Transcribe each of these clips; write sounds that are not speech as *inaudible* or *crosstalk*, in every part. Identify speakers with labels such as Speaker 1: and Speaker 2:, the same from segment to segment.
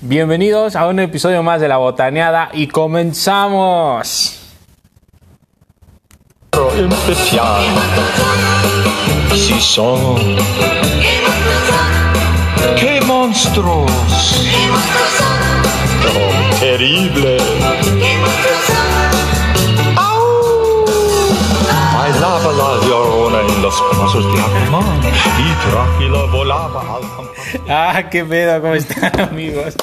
Speaker 1: Bienvenidos a un episodio más de La Botaneada y comenzamos.
Speaker 2: Impérial. Si son. ¡Qué monstruos! ¡Oh, terrible! ¡Au! Bailaba la llorona en los brazos de Aquaman y Drácula volaba al campamento.
Speaker 1: Ah, qué pedo, ¿cómo están *laughs* amigos?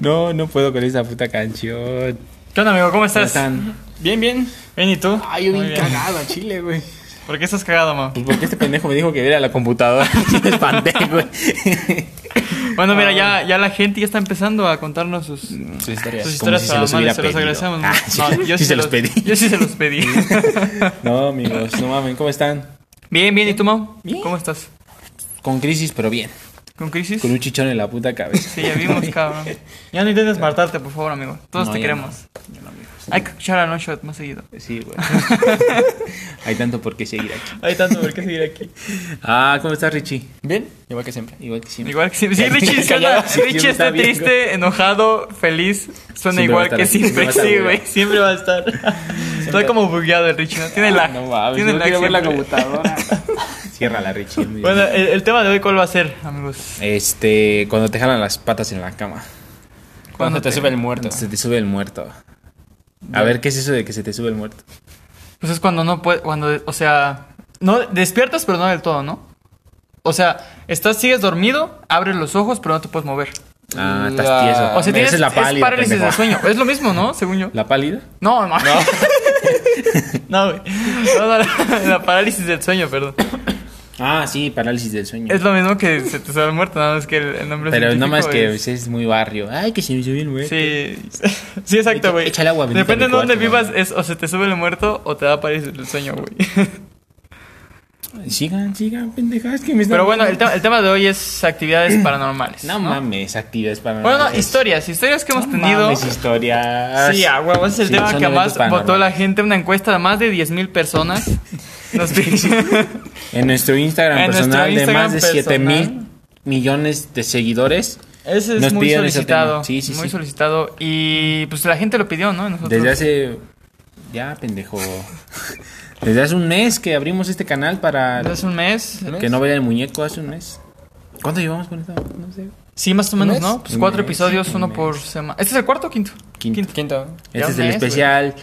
Speaker 1: No, no puedo con esa puta canción.
Speaker 3: ¿Qué onda, amigo? ¿Cómo
Speaker 1: ¿Cómo
Speaker 3: estás?
Speaker 1: están?
Speaker 3: Bien, bien. Bien, ¿y tú?
Speaker 1: Ay, yo
Speaker 3: Muy
Speaker 1: bien cagado a Chile, güey.
Speaker 3: ¿Por qué estás cagado, ma?
Speaker 1: Pues porque este pendejo me dijo que viera la computadora. Sí, me espanté, güey.
Speaker 3: Bueno, mira, ya, ya la gente ya está empezando a contarnos sus,
Speaker 1: Sus historias.
Speaker 3: sus
Speaker 1: Como
Speaker 3: historias
Speaker 1: si se los hubiera
Speaker 3: paranormales. Se
Speaker 1: pedido.
Speaker 3: los agradecemos.
Speaker 1: Ah,
Speaker 3: No,
Speaker 1: sí, *laughs* sí se los pedí.
Speaker 3: Yo sí se los pedí.
Speaker 1: *laughs* No, amigos, no mamen, ¿cómo están?
Speaker 3: *laughs* bien, bien, ¿y tú, Mau?
Speaker 1: Bien.
Speaker 3: ¿Cómo estás?
Speaker 1: Con crisis, pero bien.
Speaker 3: ¿Con crisis?
Speaker 1: Con un chichón en la puta cabeza.
Speaker 3: Sí, ya
Speaker 1: *laughs*
Speaker 3: vimos, cabrón. Ya no intentes matarte, por favor, amigo. Todos
Speaker 1: No,
Speaker 3: te
Speaker 1: ya
Speaker 3: queremos. Hay que escuchar a No Shot más seguido.
Speaker 1: Sí, *laughs* güey. Hay tanto por qué seguir aquí.
Speaker 3: Hay tanto por qué seguir aquí.
Speaker 1: Ah, ¿cómo estás, Richie?
Speaker 4: Bien, igual que siempre.
Speaker 1: Igual que siempre.
Speaker 3: Igual que siempre. Sí,
Speaker 1: *laughs*
Speaker 3: Richie, sí,
Speaker 1: Callado,
Speaker 3: anda-
Speaker 1: sí,
Speaker 3: Richie
Speaker 1: siempre
Speaker 3: está
Speaker 1: está bien,
Speaker 3: triste, enojado, feliz. Suena
Speaker 1: Siempre va a
Speaker 3: igual
Speaker 1: estar
Speaker 3: que
Speaker 1: así, siempre va a estar
Speaker 3: siempre. Sí,
Speaker 1: bugueado.
Speaker 3: güey. Siempre va a *laughs* estar. Está como bugueado el Richie, ¿no? Tiene la.
Speaker 1: No mames,
Speaker 3: tiene
Speaker 1: no
Speaker 3: lag
Speaker 1: quiero ver la
Speaker 3: siempre.
Speaker 1: computadora. *laughs* Ciérrala, Richie. muy bien.
Speaker 3: Bueno, el, el tema de hoy, ¿cuál va a ser, amigos?
Speaker 1: Este, cuando te jalan las patas en la cama,
Speaker 4: Cuando te sube el muerto.
Speaker 1: se te sube el muerto. A ver, ¿qué es eso de que se te sube el muerto?
Speaker 3: Pues es cuando no puedes. Cuando, o sea. No, despiertas, pero no del todo, ¿no? O sea, estás, sigues dormido, abres los ojos, pero no te puedes mover.
Speaker 1: Ah, estás
Speaker 4: La-
Speaker 1: tieso.
Speaker 3: O sea,
Speaker 1: Esa
Speaker 3: tienes
Speaker 1: es la
Speaker 3: es
Speaker 1: pálida.
Speaker 3: parálisis
Speaker 1: pendejo.
Speaker 3: de sueño. Es lo mismo, ¿no? Según yo.
Speaker 1: ¿La pálida?
Speaker 3: No, no. *laughs* No, güey. No, no, la, la parálisis del sueño, perdón.
Speaker 1: Ah, sí, parálisis del sueño.
Speaker 3: Es lo mismo que se te sale muerto, nada más que el, el nombre
Speaker 1: Pero no
Speaker 3: científico
Speaker 1: más que
Speaker 3: es-
Speaker 1: pues, es muy barrio. Ay, que se me subió el muerto.
Speaker 3: Sí, sí, exacto, güey.
Speaker 1: Echa el agua bendita
Speaker 3: Depende
Speaker 1: en
Speaker 3: de
Speaker 1: mi
Speaker 3: dónde
Speaker 1: cuarto,
Speaker 3: vivas,
Speaker 1: güey.
Speaker 3: es o se te sube el muerto o te da parálisis del sueño, güey.
Speaker 1: *laughs* Sigan, sigan, pendejadas que me están...
Speaker 3: Pero bueno, el, tema- el tema de hoy es
Speaker 1: *clears throat*
Speaker 3: actividades paranormales.
Speaker 1: No mames, actividades para...
Speaker 3: Bueno, no, historias, historias que hemos tenido.
Speaker 1: Mames, historias.
Speaker 3: Sí, a huevo, ese es el
Speaker 1: Sí,
Speaker 3: tema
Speaker 1: son
Speaker 3: que más
Speaker 1: eventos
Speaker 3: votó la
Speaker 1: paranormales.
Speaker 3: gente, una encuesta de más de
Speaker 1: *laughs*
Speaker 3: 10.000 personas. Nos
Speaker 1: En nuestro Instagram
Speaker 3: En nuestro
Speaker 1: personal
Speaker 3: Instagram
Speaker 1: de más de
Speaker 3: personal.
Speaker 1: 7 mil millones de seguidores.
Speaker 3: Ese es
Speaker 1: Nos
Speaker 3: muy
Speaker 1: pidieron ese tema.
Speaker 3: solicitado.
Speaker 1: Sí, sí,
Speaker 3: muy
Speaker 1: sí.
Speaker 3: solicitado. Y pues la gente lo pidió, ¿no? Nosotros-
Speaker 1: Desde hace. Ya,
Speaker 3: *laughs*
Speaker 1: pendejo. Desde hace un mes que abrimos este canal para
Speaker 3: desde hace un mes.
Speaker 1: que no vea el muñeco. Hace un mes. ¿Cuánto llevamos con esto? No sé.
Speaker 3: Sí, más o menos,
Speaker 4: mes?
Speaker 3: ¿no? Pues
Speaker 1: Un
Speaker 3: cuatro
Speaker 1: mes,
Speaker 3: episodios,
Speaker 1: un
Speaker 3: uno
Speaker 1: mes.
Speaker 3: por semana. ¿Este es el cuarto o quinto?
Speaker 1: Quinto.
Speaker 4: Quinto.
Speaker 3: Ya
Speaker 1: Este es
Speaker 3: un
Speaker 1: el
Speaker 3: mes,
Speaker 1: especial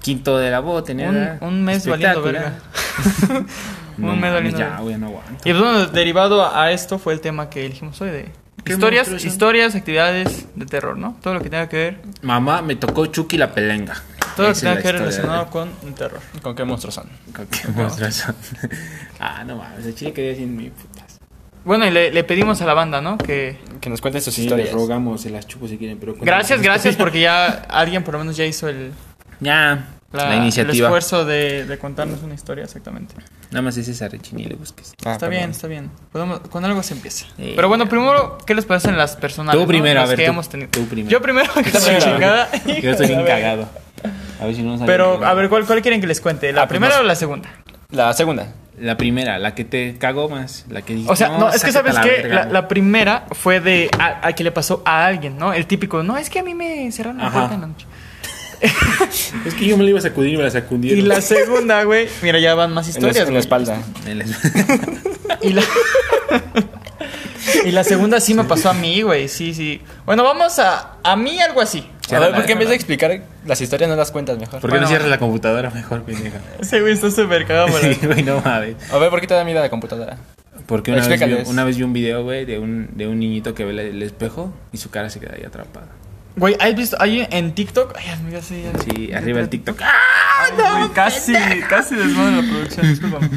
Speaker 1: quinto de la
Speaker 3: Un,
Speaker 1: botanera.
Speaker 3: un mes valiendo
Speaker 1: Espectacular. *laughs*
Speaker 3: verga.
Speaker 1: No
Speaker 3: un mes
Speaker 1: mames,
Speaker 3: valiendo
Speaker 1: Ya,
Speaker 3: verga.
Speaker 1: güey, no aguanto.
Speaker 3: Y pues, bueno, derivado a esto fue el tema que elegimos hoy de
Speaker 1: ¿Qué
Speaker 3: historias,
Speaker 1: monstruos son?
Speaker 3: historias, actividades de terror, ¿no? Todo lo que tenga que ver,
Speaker 1: Mamá, me tocó Chucky la pelenga.
Speaker 3: todo
Speaker 1: Esa
Speaker 3: lo que
Speaker 1: es
Speaker 3: tenga
Speaker 1: la
Speaker 3: que
Speaker 1: historia ¿eh?
Speaker 3: ver
Speaker 1: de-
Speaker 3: relacionado con el terror.
Speaker 4: ¿Con qué monstruos son?
Speaker 1: Con qué monstruos son. *laughs* ah, no mames, el chile quería sin mi putas.
Speaker 3: Bueno, y le, le pedimos a la banda, ¿no? Que
Speaker 4: Que nos cuenten sus
Speaker 1: Sí,
Speaker 4: historias.
Speaker 1: les rogamos, se las chupo si quieren, pero...
Speaker 3: gracias,
Speaker 1: *laughs*
Speaker 3: gracias, porque ya alguien por lo menos ya hizo el,
Speaker 1: Ya, la,
Speaker 3: la- el
Speaker 1: iniciativa.
Speaker 3: esfuerzo de, de contarnos una historia exactamente.
Speaker 1: Nada más es esa rechini le busques.
Speaker 4: Ah,
Speaker 3: Está
Speaker 4: perdón.
Speaker 3: bien, está bien. Podemos- con algo se empieza.
Speaker 1: Sí.
Speaker 3: Pero bueno, primero, ¿qué les parecen las personas?
Speaker 1: Tú primero, a ver,
Speaker 3: que
Speaker 1: tú-
Speaker 3: hemos tenido?
Speaker 1: tú primero.
Speaker 3: Yo primero, *laughs* que
Speaker 4: Tú
Speaker 3: soy
Speaker 4: primero.
Speaker 3: chingada.
Speaker 1: *laughs* Yo estoy
Speaker 3: *laughs*
Speaker 1: bien cagado. A ver si no sale
Speaker 3: Pero,
Speaker 1: bien.
Speaker 3: a ver, ¿cuál, cuál quieren que les cuente? ¿La
Speaker 1: pues
Speaker 4: Ah,
Speaker 3: primera
Speaker 4: primero.
Speaker 3: o la segunda?
Speaker 4: La segunda.
Speaker 1: La primera, la que te cagó más. La que dijiste,
Speaker 3: O sea, no, es que
Speaker 1: sácate
Speaker 3: sabes
Speaker 1: a
Speaker 3: que
Speaker 1: verga,
Speaker 3: la, la primera fue de a, a que le pasó a alguien, ¿no? El típico, no, es que a mí me cerraron la
Speaker 1: Ajá.
Speaker 3: puerta en la noche.
Speaker 1: güey. Es que yo me la iba a sacudir y me la sacudí. *laughs*
Speaker 3: Y la segunda, güey, mira, ya van más
Speaker 4: En la,
Speaker 3: historias.
Speaker 4: en la
Speaker 3: güey.
Speaker 4: espalda.
Speaker 3: Y la... *laughs* y la segunda sí me pasó a mí, güey, sí, sí. Bueno, vamos a... A mí algo así.
Speaker 1: Sí,
Speaker 4: a ver,
Speaker 1: la-
Speaker 4: ¿por qué en vez
Speaker 1: la-
Speaker 4: de explicar las historias no las cuentas mejor?
Speaker 1: ¿Por qué
Speaker 3: Bueno.
Speaker 1: no
Speaker 3: Ah,
Speaker 1: cierras la computadora mejor, pendeja?
Speaker 3: Ese güey está súper cagado
Speaker 1: *laughs*
Speaker 3: por
Speaker 1: Sí, güey, no mames.
Speaker 4: A ver, ¿por qué te da miedo la computadora?
Speaker 1: Porque una vez, vi,
Speaker 4: Explícales.
Speaker 1: una vez vi un video, güey, de un, de un niñito que ve el- el espejo y su cara se queda ahí atrapada.
Speaker 3: Güey, ¿has visto? Hay en TikTok. Ay, amiga, sí. ya-
Speaker 1: Sí, arriba el TikTok. ¡Ah!
Speaker 3: Ay, güey, casi, casi desmadre la producción, discúlpame.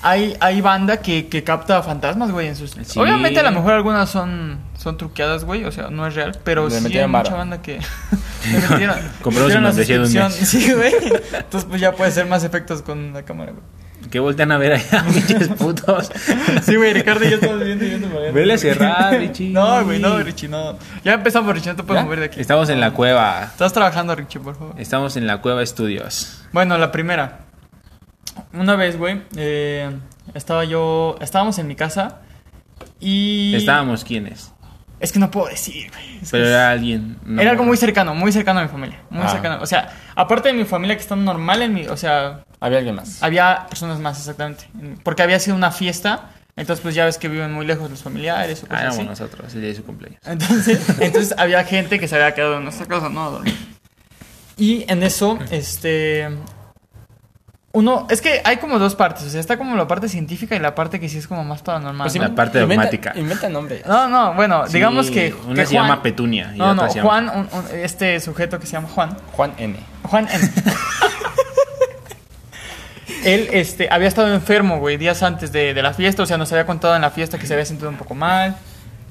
Speaker 3: Hay, hay banda que, que capta fantasmas, güey, en sus...
Speaker 1: Sí.
Speaker 3: Obviamente a lo mejor algunas son, son truqueadas, güey, o sea, no es real, pero
Speaker 4: Le
Speaker 3: sí hay
Speaker 4: metieron
Speaker 3: mucha
Speaker 4: varo.
Speaker 3: banda que... *laughs* le metieron,
Speaker 1: Compramos
Speaker 3: metieron
Speaker 1: una
Speaker 3: la
Speaker 1: membresía de un
Speaker 3: suscripción.
Speaker 1: mes.
Speaker 3: *laughs* Sí, güey. Entonces pues ya puede hacer más efectos con la cámara, güey.
Speaker 1: ¿Qué voltean a ver allá, *laughs* pinches putos?
Speaker 3: *laughs* Sí, güey, Ricardo y yo estamos viendo y viendo. para allá.
Speaker 1: *laughs* Vele a
Speaker 3: *laughs*
Speaker 1: cerrar, Richie.
Speaker 3: No, güey, no, Richie, no. Ya empezamos, Richie, no te puedes
Speaker 1: ¿Ya?
Speaker 3: mover de aquí.
Speaker 1: Estamos en la cueva.
Speaker 3: Estás trabajando, Richie, por favor.
Speaker 1: Estamos en la cueva estudios.
Speaker 3: Bueno, la primera. Una vez, güey, eh, estaba yo. Estábamos en mi casa y.
Speaker 1: Estábamos quiénes.
Speaker 3: Es que no puedo decir, güey. Es que
Speaker 1: Pero
Speaker 3: es-
Speaker 1: era alguien. no.
Speaker 3: Era algo muy cercano, muy cercano a mi familia. Muy
Speaker 4: Ah.
Speaker 3: cercano. O sea, aparte de mi familia que está normal en mi. O sea,
Speaker 4: Había alguien
Speaker 1: Ah,
Speaker 4: más.
Speaker 3: había personas más exactamente. Porque había sido una fiesta. Entonces, pues ya ves que viven muy lejos los familiares o
Speaker 1: Ah,
Speaker 3: cosas
Speaker 1: éramos
Speaker 3: pues, así.
Speaker 1: nosotros, el día de su cumpleaños. *laughs*
Speaker 3: Entonces, entonces había gente que se había quedado en nuestra casa, ¿no? A dormir. Y en eso, este. Uno, es que hay como dos partes, o sea, está como la parte científica y la parte que sí es como más paranormal.
Speaker 4: Pues
Speaker 3: ¿no?
Speaker 1: La parte
Speaker 4: inventa-
Speaker 1: dogmática.
Speaker 4: Inventa nombre.
Speaker 3: No, no, bueno,
Speaker 1: Sí,
Speaker 3: digamos que.
Speaker 1: Una
Speaker 3: que
Speaker 1: se llama Petunia. Y
Speaker 3: No, no,
Speaker 1: otra se llama-
Speaker 3: Juan, un- un- este sujeto que se llama Juan.
Speaker 4: Juan N.
Speaker 3: Juan
Speaker 1: *laughs*
Speaker 3: N. Él este, había estado enfermo, güey, días antes de, de la fiesta. O sea, nos había contado en la fiesta que se había sentido un poco mal.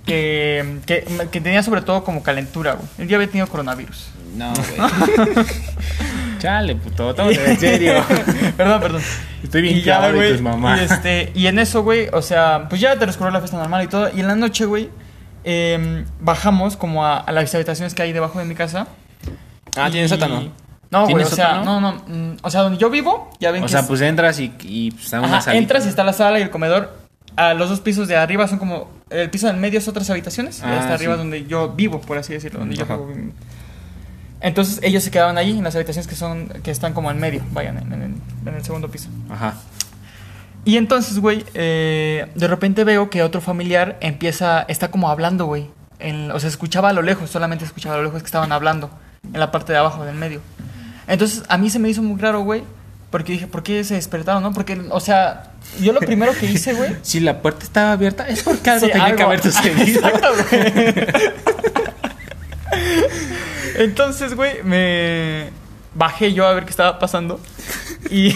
Speaker 3: Que, que, que tenía sobre todo como calentura, güey. Él ya había tenido coronavirus. *laughs*
Speaker 1: No, güey. Chale, puto. Estamos en serio.
Speaker 3: *laughs* perdón, perdón.
Speaker 1: Estoy bien
Speaker 3: Y ya,
Speaker 1: clavado de
Speaker 3: güey,
Speaker 1: tus mamás.
Speaker 3: Y, este, y en eso, güey, o sea, pues ya transcurrió la fiesta normal y todo. Y en la noche, güey, em, bajamos como a, a las habitaciones que hay debajo de mi casa.
Speaker 4: Ah, tiene
Speaker 3: Y-
Speaker 4: sótano.
Speaker 3: No, güey,
Speaker 1: ¿Tiene
Speaker 3: o sea,
Speaker 1: sótano?
Speaker 3: no, no, mm, o sea, donde yo vivo, ya ven
Speaker 1: O
Speaker 3: que
Speaker 1: sea,
Speaker 3: es-
Speaker 1: pues entras y, y pues, está una
Speaker 3: Ajá,
Speaker 1: salita.
Speaker 3: entras y está la sala y el comedor. A los dos pisos de arriba son como. El piso del medio es otras habitaciones.
Speaker 1: Ah,
Speaker 3: hasta
Speaker 1: sí.
Speaker 3: arriba es donde yo vivo, por así decirlo. Donde yo
Speaker 4: Ajá.
Speaker 3: juego mi- Entonces ellos se quedaban ahí en las habitaciones que son que están como en medio, vayan, en, en- en el segundo piso.
Speaker 1: Ajá.
Speaker 3: Y entonces, güey, eh, de repente veo que otro familiar empieza, está como hablando, güey. En- O sea, escuchaba a lo lejos, solamente escuchaba a lo lejos que estaban hablando en la parte de abajo del medio. Entonces, a mí se me hizo muy raro, güey, porque dije, ¿por qué se despertaron, no? Porque, o sea, yo lo primero que hice, güey. *laughs*
Speaker 1: Si la puerta estaba abierta, es porque algo
Speaker 3: Sí,
Speaker 1: tenía
Speaker 3: algo.
Speaker 1: que haber *laughs* sucedido.
Speaker 3: Exacto, güey. Entonces, güey, me bajé yo a ver qué estaba pasando y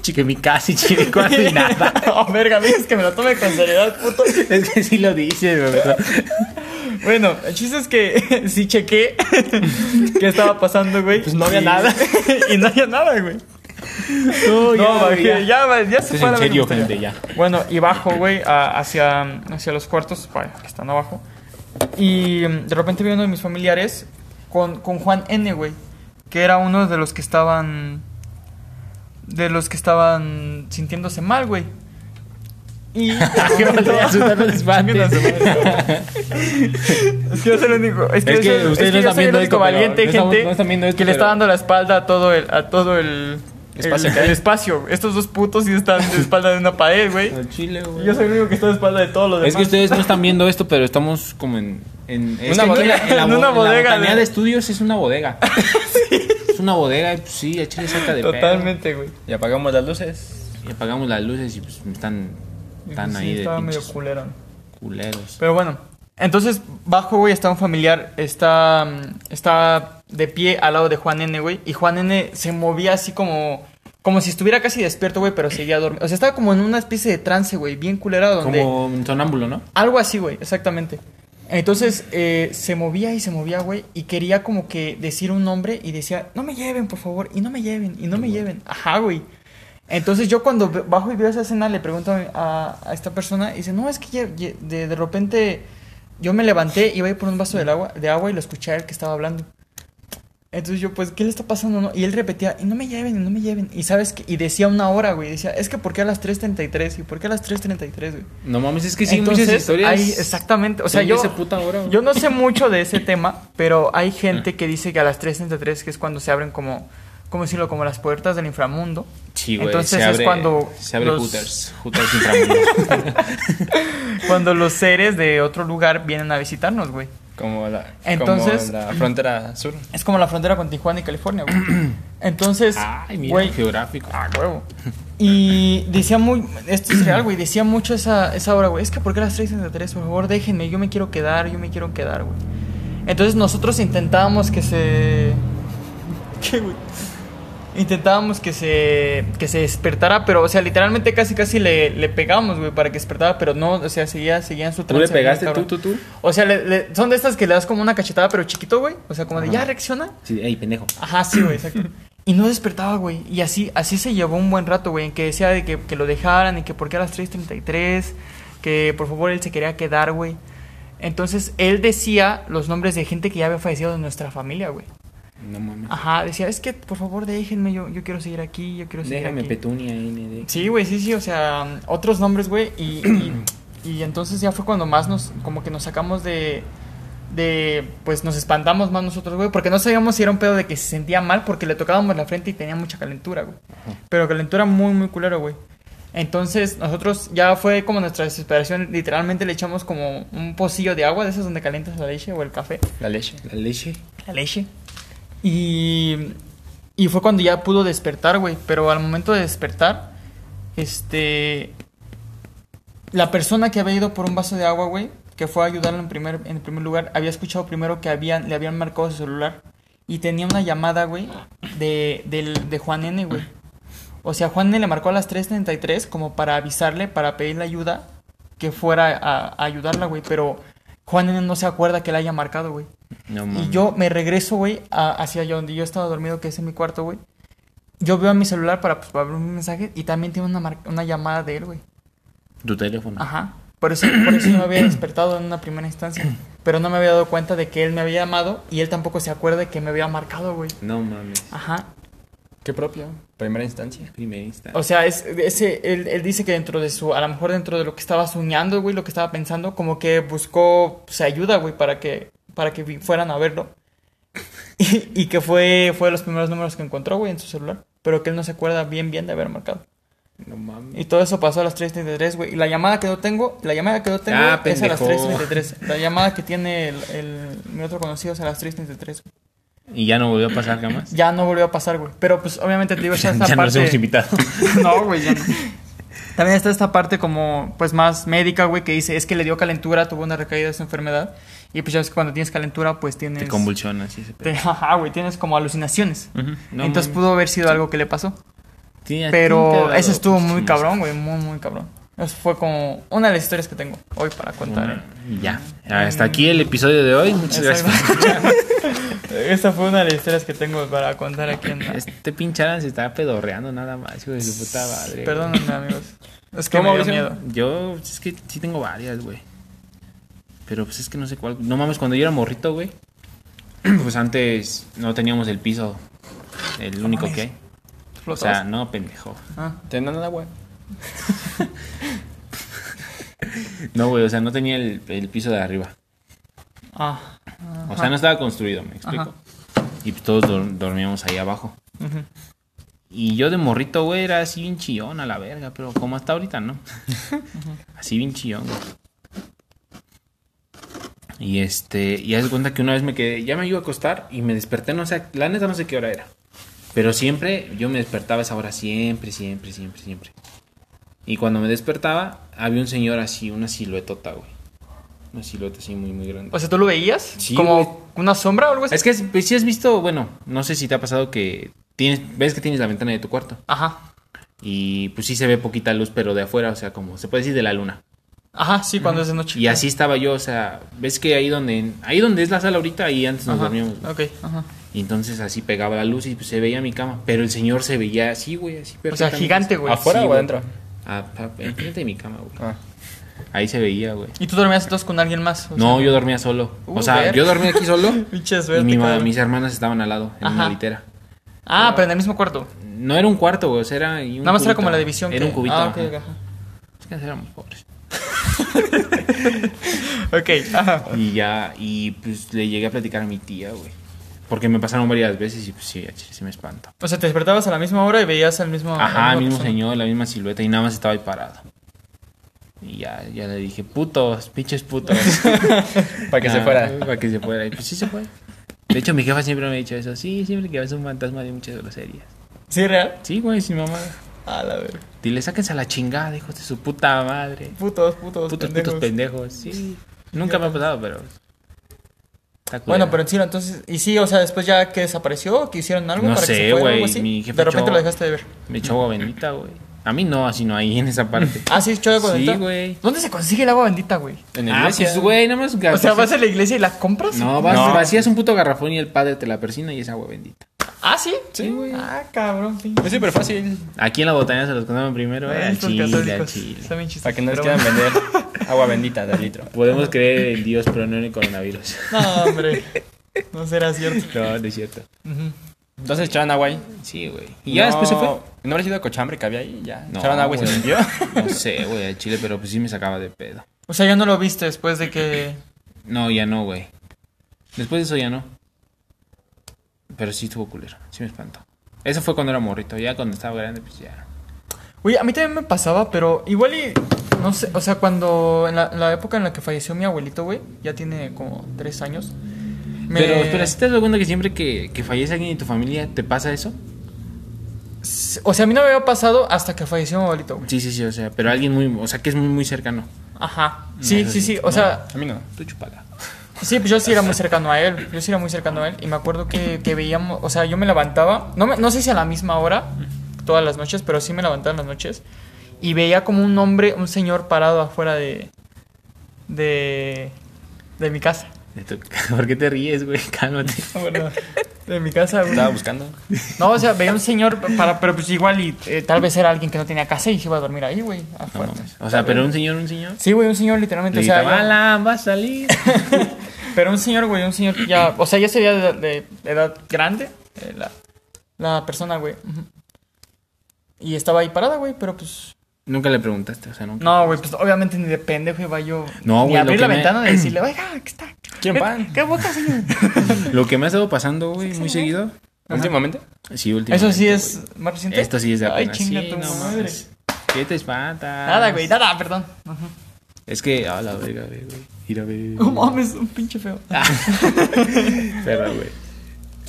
Speaker 1: Chique, mi casi chique, *laughs*
Speaker 3: *laughs*
Speaker 1: casi nada.
Speaker 3: oh, verga, mira, es que me lo tome con seriedad, puto.
Speaker 1: Es que sí lo dices, ¿verdad?
Speaker 3: Bueno, el chiste es que *laughs* sí chequé qué estaba pasando, güey.
Speaker 4: Pues no había
Speaker 3: Y-
Speaker 4: nada.
Speaker 3: *laughs* y no había nada, güey.
Speaker 1: No,
Speaker 3: no, bajé, ya, ya, se
Speaker 1: es
Speaker 3: fue
Speaker 1: en
Speaker 3: a la
Speaker 1: serio,
Speaker 3: verga.
Speaker 1: gente, ya.
Speaker 3: Bueno, y bajo, güey, a- hacia, hacia los cuartos, vaya, que están abajo. Y mm, de repente vi uno de mis familiares con, con Juan N, güey, que era uno de los que estaban. De los que estaban sintiéndose mal, güey.
Speaker 1: *laughs*
Speaker 3: Y. *laughs*
Speaker 1: vale, asustar los espantes. *laughs*
Speaker 3: Es que yo soy el único. Es que,
Speaker 1: Es
Speaker 3: yo
Speaker 1: que
Speaker 3: soy- es
Speaker 1: ustedes
Speaker 3: que
Speaker 1: no
Speaker 3: yo
Speaker 1: están
Speaker 3: soy el
Speaker 1: viendo
Speaker 3: único
Speaker 1: esto, pero
Speaker 3: valiente,
Speaker 1: no estamos-
Speaker 3: gente.
Speaker 1: no están viendo esto,
Speaker 3: que le está
Speaker 1: pero-
Speaker 3: dando la espalda a todo el. A todo el
Speaker 4: Espacio
Speaker 3: el-
Speaker 4: que hay.
Speaker 3: el espacio. Estos dos putos sí están de espalda de una pared, güey.
Speaker 1: Al chile,
Speaker 3: Y
Speaker 1: güey.
Speaker 3: Yo soy el único que está de espalda de todos los demás.
Speaker 1: Es que ustedes no están viendo esto, pero estamos como en, en, es
Speaker 4: Una
Speaker 1: que
Speaker 4: bodega.
Speaker 1: aquí en la- en
Speaker 3: En
Speaker 1: la, bo-
Speaker 3: una
Speaker 1: en la
Speaker 3: bodega
Speaker 1: botanía
Speaker 3: de-
Speaker 1: de... estudios es una *laughs* bodega. Es una bodega y pues sí, a Chile saca de pedo.
Speaker 3: Totalmente, güey.
Speaker 4: Y apagamos las luces.
Speaker 1: Y apagamos las luces y pues están, están
Speaker 3: Sí,
Speaker 1: ahí de
Speaker 3: estaba medio
Speaker 1: pinches
Speaker 3: culerón.
Speaker 1: culeros.
Speaker 3: Pero bueno, entonces bajo, güey, está un familiar, está, mm, está de pie al lado de Juan N, güey, y Juan N se movía así como, como si estuviera casi despierto, güey, pero seguía dormido. O sea, estaba como en una especie de trance, güey, bien culerado, donde...
Speaker 1: Como un sonámbulo, ¿no?
Speaker 3: Algo así, güey, exactamente. Entonces eh, se movía y se movía, güey, y quería como que decir un nombre y decía, no me lleven, por favor, y no me lleven, y no me lleven. Ajá, güey. Entonces yo cuando ve- bajo y veo esa escena le pregunto a, mi- a- a esta persona y dice, no, es que ya- ya- de, de repente yo me levanté, iba a ir por un vaso del agua, de agua y lo escuché a él que estaba hablando. Entonces yo, pues, ¿qué le está pasando? no? Y él repetía, y no me lleven, y no me lleven. Y sabes que, y decía una hora, güey, decía, es que ¿por qué a las 3.33? ¿Y por qué a las 3.33, güey?
Speaker 1: No mames, es que sí,
Speaker 3: Entonces,
Speaker 1: muchas historias.
Speaker 3: hay- exactamente. O sea,
Speaker 1: son
Speaker 3: yo,
Speaker 1: de esa puta hora, güey. Ah.
Speaker 3: yo no sé mucho de ese tema, pero hay gente que dice que a las 3.33, que es cuando se abren como, ¿cómo decirlo? Como las puertas del inframundo.
Speaker 1: Sí, güey.
Speaker 3: Entonces
Speaker 1: se
Speaker 3: es
Speaker 1: abre-
Speaker 3: cuando
Speaker 1: Se abre
Speaker 3: los-
Speaker 1: Hooters. Hooters inframundo.
Speaker 3: *laughs* Cuando los seres de otro lugar vienen a visitarnos, güey.
Speaker 4: Como la,
Speaker 3: Entonces-
Speaker 4: como la frontera sur.
Speaker 3: Es como la frontera con Tijuana y California, *clears throat* güey. Entonces,
Speaker 1: Ay, mira,
Speaker 3: güey,
Speaker 1: geográfico. Ah,
Speaker 3: huevo. Y decía muy, esto es real, güey, decía mucho esa, esa hora, güey, es que porque a las 3.33, por favor, déjenme, yo me quiero quedar, yo me quiero quedar, güey. Entonces nosotros intentábamos que se... ¿Qué, güey? Intentábamos que se, que se despertara, pero, o sea, literalmente casi, casi le, le pegamos, güey, para que despertara, pero no, o sea, seguía, seguía en su
Speaker 1: ¿Tú le
Speaker 3: trance, bien
Speaker 1: pegaste tú,
Speaker 3: cabrón.
Speaker 1: tú, tú?
Speaker 3: O sea, le- le- son de estas que le das como una cachetada, pero chiquito, güey. O sea, como de, ya reacciona,
Speaker 1: Sí, ey, pendejo.
Speaker 3: Ajá, sí, güey, exacto. Y no despertaba, güey. Y así, así se llevó un buen rato, güey, en que decía de que, que lo dejaran y que porque a las 3.33, que por favor él se quería quedar, güey. Entonces él decía los nombres de gente que ya había fallecido de nuestra familia, güey.
Speaker 1: No mames.
Speaker 3: Ajá, decía, es que por favor déjenme, yo, yo quiero seguir aquí, yo quiero seguir
Speaker 1: Déjame
Speaker 3: aquí.
Speaker 1: Petunia ND.
Speaker 3: Sí, güey, sí, sí, o sea, otros nombres, güey, y, y, y entonces ya fue cuando más nos, como que nos sacamos de, de, pues nos espantamos más nosotros, güey, porque no sabíamos si era un pedo de que se sentía mal porque le tocábamos la frente y tenía mucha calentura, güey. Pero calentura muy, muy culero, güey. Entonces nosotros ya fue como nuestra desesperación, literalmente le echamos como un pocillo de agua, de esas donde calientas la leche o el café,
Speaker 4: La leche.
Speaker 1: La leche.
Speaker 3: la leche. Y, y fue cuando ya pudo despertar, güey, pero al momento de despertar, este, la persona que había ido por un vaso de agua, güey, que fue a ayudarlo en primer, en primer lugar, había escuchado primero que habían, le habían marcado su celular y tenía una llamada, güey, de, del- de Juan N, güey. O sea, Juan N le marcó a las 3.33 como para avisarle, para pedirle ayuda, que fuera a, a ayudarla, güey, pero Juan N no se acuerda que le haya marcado, güey.
Speaker 1: No
Speaker 3: Y
Speaker 1: mames.
Speaker 3: yo me regreso, güey, a- hacia allá donde yo estaba dormido, que es en mi cuarto, güey. Yo veo a mi celular para, pues, para abrir un mensaje y también tiene una, mar- una llamada de él, güey.
Speaker 1: Tu teléfono.
Speaker 3: Ajá. Por eso, por eso yo me había despertado en una primera instancia. Pero no me había dado cuenta de que él me había llamado y él tampoco se acuerda de que me había marcado, güey.
Speaker 1: No mames.
Speaker 3: Ajá.
Speaker 4: Qué propio. Primera instancia.
Speaker 1: Primera instancia.
Speaker 3: O sea, es, ese, él, él dice que dentro de su, a lo mejor dentro de lo que estaba soñando, güey, lo que estaba pensando, como que buscó, pues, ayuda, güey, para que, para que vi- fueran a verlo. *laughs* Y, y que fue, fue de los primeros números que encontró, güey, en su celular. Pero que él no se acuerda bien, bien de haber marcado.
Speaker 1: No mames.
Speaker 3: Y todo eso pasó a las 3.33, güey. Y la llamada que yo tengo, la llamada que yo tengo
Speaker 1: Ah,
Speaker 3: es a las
Speaker 1: pendejo.
Speaker 3: 3.33. La llamada que tiene el, el- mi otro conocido es a las 3.33. güey.
Speaker 1: Y ya no volvió a pasar
Speaker 3: *laughs*
Speaker 1: jamás.
Speaker 3: Ya no volvió a pasar, güey. Pero pues obviamente te digo, ya
Speaker 1: *laughs*
Speaker 3: esta
Speaker 1: ya nos
Speaker 3: parte...
Speaker 1: hemos
Speaker 3: *laughs*
Speaker 1: invitado. *laughs*
Speaker 3: no, güey, ya no. También está esta parte como, pues, más médica, güey, que dice, es que le dio calentura, tuvo una recaída de su enfermedad. Y pues ya ves que cuando tienes calentura, pues tienes...
Speaker 1: Te convulsionas. y ese pedo.
Speaker 3: te- ajá, güey, tienes como alucinaciones.
Speaker 1: No mames.
Speaker 3: Entonces pudo haber sido algo que le pasó.
Speaker 1: Sí, a ti te ha
Speaker 3: Pero
Speaker 1: dado,
Speaker 3: eso estuvo
Speaker 1: pues,
Speaker 3: muy
Speaker 1: no
Speaker 3: cabrón, güey, muy, muy cabrón. Eso fue como una de las historias que tengo hoy para contar. ¿eh?
Speaker 1: Y Ya. Hasta aquí el episodio de hoy. Muchas
Speaker 3: Esa-
Speaker 1: gracias.
Speaker 3: *laughs* Esta fue una de las historias que tengo para contar aquí en la...
Speaker 1: Este pinche Alan se estaba pedorreando nada más, hijo de su puta madre.
Speaker 3: Perdónenme, amigos. Es que
Speaker 4: ¿Cómo
Speaker 3: me dio
Speaker 4: dicen?
Speaker 3: miedo.
Speaker 1: Yo, pues, es que sí tengo varias, güey. Pero pues es que no sé cuál. No mames, cuando yo era morrito, güey. *clears throat* Pues antes no teníamos el piso. El único que hay. O sea,
Speaker 3: ¿Flotabas?
Speaker 1: no, pendejo.
Speaker 3: Ah.
Speaker 4: ¿Te dan agua?
Speaker 1: No, güey, o sea, no tenía el, el piso de arriba.
Speaker 3: Ah.
Speaker 1: O sea, no estaba construido, me explico.
Speaker 3: Ajá.
Speaker 1: Y pues todos dor- dormíamos ahí abajo.
Speaker 3: Ujú.
Speaker 1: Y yo de morrito, güey, era así bien chillón a la verga, pero como hasta ahorita, ¿no? *laughs* así bien chillón, güey. Y este, y haz de cuenta que una vez me quedé, ya me iba a acostar y me desperté, no sé, la neta no sé qué hora era. Pero siempre, yo me despertaba a esa hora, siempre, siempre, siempre, siempre. Y cuando me despertaba, había un señor así, una siluetota, güey. Una silueta así muy, muy grande.
Speaker 3: O sea, ¿tú lo veías?
Speaker 1: Sí,
Speaker 3: ¿Como
Speaker 1: güey.
Speaker 3: una sombra o algo así?
Speaker 1: Es que si has visto, bueno, no sé si te ha pasado que tienes, ves que tienes la ventana de tu cuarto.
Speaker 3: Ajá.
Speaker 1: Y pues sí se ve poquita luz, pero de afuera, o sea, como se puede decir de la luna.
Speaker 3: Ajá, sí, cuando es de noche.
Speaker 1: Y así estaba yo, o sea, ves que ahí donde, ahí donde es la sala ahorita, ahí antes nos
Speaker 3: Ajá.
Speaker 1: dormíamos. güey.
Speaker 3: Ok, ajá.
Speaker 1: Y entonces así pegaba la luz y pues, se veía mi cama. Pero el señor se veía así, güey, así
Speaker 3: O sea,
Speaker 1: perfectamente.
Speaker 3: gigante, güey.
Speaker 4: ¿Afuera
Speaker 1: Sí,
Speaker 4: o
Speaker 1: güey.
Speaker 4: adentro?
Speaker 1: Ah, pa- enfrente de mi cama, güey.
Speaker 4: Ah.
Speaker 1: Ahí se veía, güey.
Speaker 3: ¿Y tú dormías entonces con alguien más? O
Speaker 1: No,
Speaker 3: sea,
Speaker 1: yo dormía solo.
Speaker 3: Uh,
Speaker 1: o sea,
Speaker 3: ver.
Speaker 1: yo dormía aquí
Speaker 3: *laughs*
Speaker 1: solo.
Speaker 3: Pinche
Speaker 1: y
Speaker 3: suerte,
Speaker 1: mi ma-
Speaker 3: cabrón.
Speaker 1: mis hermanas estaban al lado, en una
Speaker 3: Ajá.
Speaker 1: litera.
Speaker 3: Ah, pero en el mismo cuarto.
Speaker 1: No era un cuarto, güey, o sea, era. y un
Speaker 3: Nada más era
Speaker 1: cubito.
Speaker 3: como la división.
Speaker 1: Era
Speaker 3: que-
Speaker 1: un cubito.
Speaker 3: Ah, ok,
Speaker 1: ajá.
Speaker 3: ajá.
Speaker 1: Es que éramos pobres.
Speaker 3: Ok, ajá.
Speaker 1: Y ya, y pues le llegué a platicar a mi tía, güey. Porque me pasaron varias veces y pues sí, a chile, sí me espanto.
Speaker 3: O sea, te despertabas a la misma hora y veías al mismo.
Speaker 1: Ajá,
Speaker 3: a la
Speaker 1: el
Speaker 3: misma
Speaker 1: mismo
Speaker 3: persona.
Speaker 1: señor, la misma silueta y nada más estaba ahí parado. Y ya, ya le dije, putos, pinches
Speaker 3: *laughs*
Speaker 1: putos.
Speaker 4: Para que
Speaker 1: Ah,
Speaker 4: se fuera.
Speaker 1: Para que se fuera. Y pues sí se fue. De hecho, mi jefa siempre me ha dicho eso. Sí, siempre que ves un fantasma de muchas groserías.
Speaker 3: ¿Sí, real?
Speaker 1: Sí, güey, sí, mamá.
Speaker 3: A la verga.
Speaker 1: Dile, sáquense a la chingada, hijos de su puta madre.
Speaker 3: Putos, putos,
Speaker 1: Putos,
Speaker 3: pendejos.
Speaker 1: putos pendejos. Sí. Nunca me ha pasado, pero. está
Speaker 3: Bueno,
Speaker 1: culera.
Speaker 3: pero en sí, entonces. ¿Y sí, o sea, después ya que desapareció o que hicieron algo
Speaker 1: No
Speaker 3: para
Speaker 1: sé,
Speaker 3: que se fuera o
Speaker 1: güey,
Speaker 3: algo así?
Speaker 1: mi jefe
Speaker 3: de repente
Speaker 1: echó-
Speaker 3: lo dejaste de ver.
Speaker 1: Me echó agua bendita, güey. A mí no, así no ahí en esa *laughs* parte.
Speaker 3: Ah, sí, echó agua
Speaker 1: Sí,
Speaker 3: bendita.
Speaker 1: güey.
Speaker 3: ¿Dónde se consigue el agua bendita, güey?
Speaker 4: En la
Speaker 1: Ah,
Speaker 4: iglesia.
Speaker 1: pues, güey, nada más.
Speaker 3: O sea, vas a la iglesia y la compras.
Speaker 1: No, vas,
Speaker 4: No.
Speaker 1: vacías un puto garrafón y el padre te la persina y es agua bendita.
Speaker 3: Ah, sí.
Speaker 4: Sí, güey.
Speaker 3: Ah, cabrón, sí.
Speaker 4: Es súper fácil.
Speaker 1: Aquí en la botanía se los contaban primero, eh, al
Speaker 3: Estos
Speaker 1: chile, al
Speaker 3: católicos
Speaker 1: chile.
Speaker 3: están bien chistosos,
Speaker 4: Para que no les
Speaker 3: pero
Speaker 4: quieran
Speaker 3: bueno.
Speaker 4: vender agua bendita
Speaker 1: *laughs*
Speaker 4: del litro.
Speaker 1: Podemos creer en Dios, pero no en el coronavirus.
Speaker 3: No, hombre. No será cierto.
Speaker 1: *laughs* No, no es cierto.
Speaker 4: Entonces echaron agua ahí.
Speaker 1: Sí, güey. Y ya después se fue.
Speaker 4: ¿No habrá sido cochambre que había ahí? Ya.
Speaker 1: No,
Speaker 4: echaron agua y se
Speaker 1: güey.
Speaker 4: limpió.
Speaker 1: No sé, güey, al chile, pero pues sí me sacaba de pedo.
Speaker 3: O sea, ya no lo viste después de que.
Speaker 1: No, ya no, güey. Después de eso ya no. Pero sí estuvo culero, sí me espantó. Eso fue cuando era morrito, ya cuando estaba grande, pues ya.
Speaker 3: Oye, a mí también me pasaba, pero igual y. No sé, o sea, cuando. En la, en la época en la que falleció mi abuelito, güey, ya tiene como tres años. me-
Speaker 1: Pero, pero ¿sí te das cuenta que siempre que, que fallece alguien de tu familia te pasa eso?
Speaker 3: O sea, a mí no me había pasado hasta que falleció mi abuelito, güey.
Speaker 1: Sí, sí, sí, o sea, pero alguien muy, o sea, que es muy, muy cercano.
Speaker 3: Ajá. Sí,
Speaker 1: eso
Speaker 3: sí,
Speaker 1: sí.
Speaker 3: sí. O sea,
Speaker 4: A mí no.
Speaker 1: Tú chupala.
Speaker 3: sí, pues yo sí era muy cercano a él. Yo sí era muy cercano a él. Y me acuerdo que, que veíamos. O sea, yo me levantaba. No, me- no sé si a la misma hora, todas las noches, pero sí me levantaba en las noches. Y veía como un hombre, un señor parado afuera de. de. de mi casa.
Speaker 1: De tu- *laughs* ¿Por qué te ríes, güey? *laughs* Cálmate.
Speaker 3: De mi casa, güey.
Speaker 4: *laughs* Estaba buscando.
Speaker 3: No, o sea, veía un señor, para, pero pues igual, y eh, tal vez era alguien que no tenía casa y se iba a dormir ahí, güey. a
Speaker 1: No
Speaker 3: fuerzas.
Speaker 1: mames. O sea, pero un señor, un señor.
Speaker 3: Sí, güey, un señor literalmente.
Speaker 1: Le
Speaker 3: o sea,
Speaker 1: gritaba,
Speaker 3: ya-
Speaker 1: "Ala, va a *laughs* salir.
Speaker 3: Pero un señor, güey, un señor que ya. O sea, ya sería de, de edad grande eh, la, la persona, güey. Ujú. Y estaba ahí parada, güey, pero pues.
Speaker 1: Nunca le preguntaste, o sea, nunca.
Speaker 3: No, güey, pues obviamente ni depende, güey, va yo.
Speaker 1: No,
Speaker 3: ni
Speaker 1: güey, lo
Speaker 3: abrir
Speaker 1: que
Speaker 3: la
Speaker 1: me- *clears throat*
Speaker 3: ventana de decirle, oiga, ¿qué está?
Speaker 4: ¿Quién
Speaker 3: ¿Qué-
Speaker 4: pan?
Speaker 3: ¿Qué boca, señor?
Speaker 1: Lo que me ha estado pasando, güey, muy seguido.
Speaker 4: Últimamente.
Speaker 1: Sí, últimamente.
Speaker 3: Eso sí
Speaker 1: güey.
Speaker 3: es más reciente.
Speaker 1: Esto sí es de
Speaker 3: Ay,
Speaker 1: apenas.
Speaker 3: chinga
Speaker 1: Sí,
Speaker 3: tu
Speaker 1: no
Speaker 3: madre.
Speaker 1: mames. ¿Qué te espantas?
Speaker 3: Nada, güey, nada, perdón. Ajá.
Speaker 1: Es que, a la verga, güey, güey. Mira, güey. *laughs*
Speaker 3: No mames, un pinche feo.
Speaker 1: Ah. Perra, güey.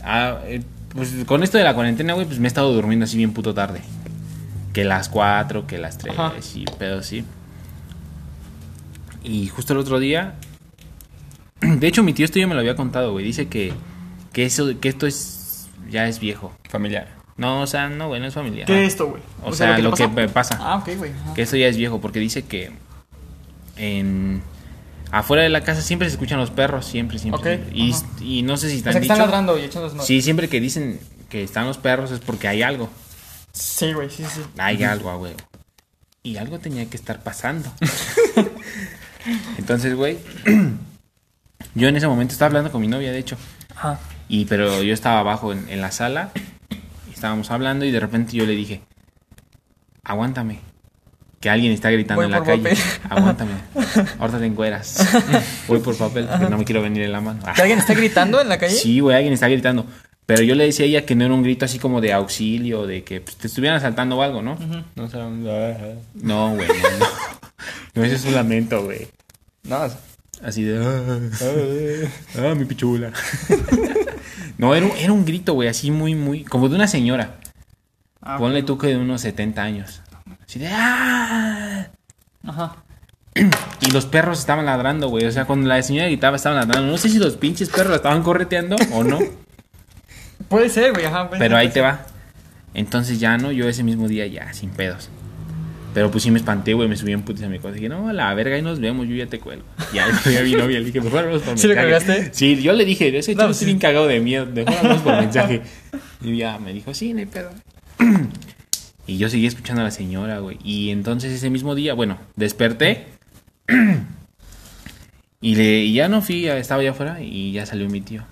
Speaker 1: Ah, eh, pues con esto de la cuarentena, güey, pues me he estado durmiendo así bien puto tarde. Que las 4, que las 3,
Speaker 3: Ajá.
Speaker 1: y pedo sí. Y justo el otro día. *clears throat* De hecho, mi tío esto ya me lo había contado, güey. Dice que, que, eso, que esto es. Ya es viejo.
Speaker 4: Familiar.
Speaker 1: No, o sea, no, güey, no es familiar.
Speaker 3: ¿Qué es esto, güey?
Speaker 1: O, sea,
Speaker 3: te
Speaker 1: lo que,
Speaker 3: pasó?
Speaker 1: me pasa.
Speaker 3: Ah, ok, güey. ajá.
Speaker 1: Que eso ya es viejo, porque dice que en afuera de la casa siempre se escuchan los perros, siempre, siempre.
Speaker 3: Ok,
Speaker 1: siempre. Y,
Speaker 3: ajá.
Speaker 1: y no sé si
Speaker 3: O
Speaker 1: están
Speaker 3: sea, que están
Speaker 1: dicho-
Speaker 3: ladrando y echando desmadre.
Speaker 1: Sí, siempre que dicen que están los perros es porque hay algo.
Speaker 3: Sí, güey, sí, sí.
Speaker 1: Hay algo, ah, güey. Y algo tenía que estar
Speaker 3: *laughs*
Speaker 1: pasando. Entonces, güey, *clears throat* yo en ese momento estaba hablando con mi novia, de hecho.
Speaker 3: Ajá.
Speaker 1: Y pero yo estaba abajo en, en la sala, y estábamos hablando y de repente yo le dije, aguántame, que alguien está gritando
Speaker 3: Voy
Speaker 1: en la
Speaker 3: por
Speaker 1: calle,
Speaker 3: papel. *laughs*
Speaker 1: aguántame, ahorita te encueras, voy por papel, que no me quiero venir en la mano. Ah,
Speaker 3: ¿Que alguien está gritando en la calle?
Speaker 1: Sí, güey, alguien está gritando. Pero yo le decía a ella que no era un grito así como de auxilio, de que pues, te estuvieran asaltando o algo, ¿no?
Speaker 4: No será un- No,
Speaker 1: No, güey, no, no. No, ese es un lamento, güey.
Speaker 4: o sea,
Speaker 1: Así de... Ah, mi pichula. no, era un, era un grito, güey, así muy, muy. Como de una señora.
Speaker 3: Ah,
Speaker 1: Ponle tú que de unos 70 años. Así de. "Ah".
Speaker 3: Ajá.
Speaker 1: *clears throat* Y los perros estaban ladrando, güey. O sea, cuando la señora gritaba, estaban ladrando. No sé si los pinches perros la estaban correteando o no.
Speaker 3: Puede ser, güey, ajá. puede
Speaker 1: Pero
Speaker 3: ser.
Speaker 1: ahí te va. Entonces ya no, yo ese mismo día ya, sin pedos. Pero pues sí me espanté, güey, me subí en putis a mi cosa. Dije, no, a la verga, ahí nos vemos, yo ya te cuelgo. Ya, ya vi novia, le *laughs* dije, mejor hablamos por
Speaker 3: ¿Sí le
Speaker 1: mensaje.
Speaker 3: colgaste?
Speaker 1: Sí, yo le dije, ese
Speaker 3: No,
Speaker 1: chavo
Speaker 3: sí.
Speaker 1: estoy bien cagado de miedo, mejor hablamos por mensaje. Y ya me dijo, sí, no hay pedo. *clears throat* Y yo seguí escuchando a la señora, güey. Y entonces ese mismo día, bueno, desperté. *clears throat* Y, le, y ya no fui, estaba allá afuera y ya salió mi tío.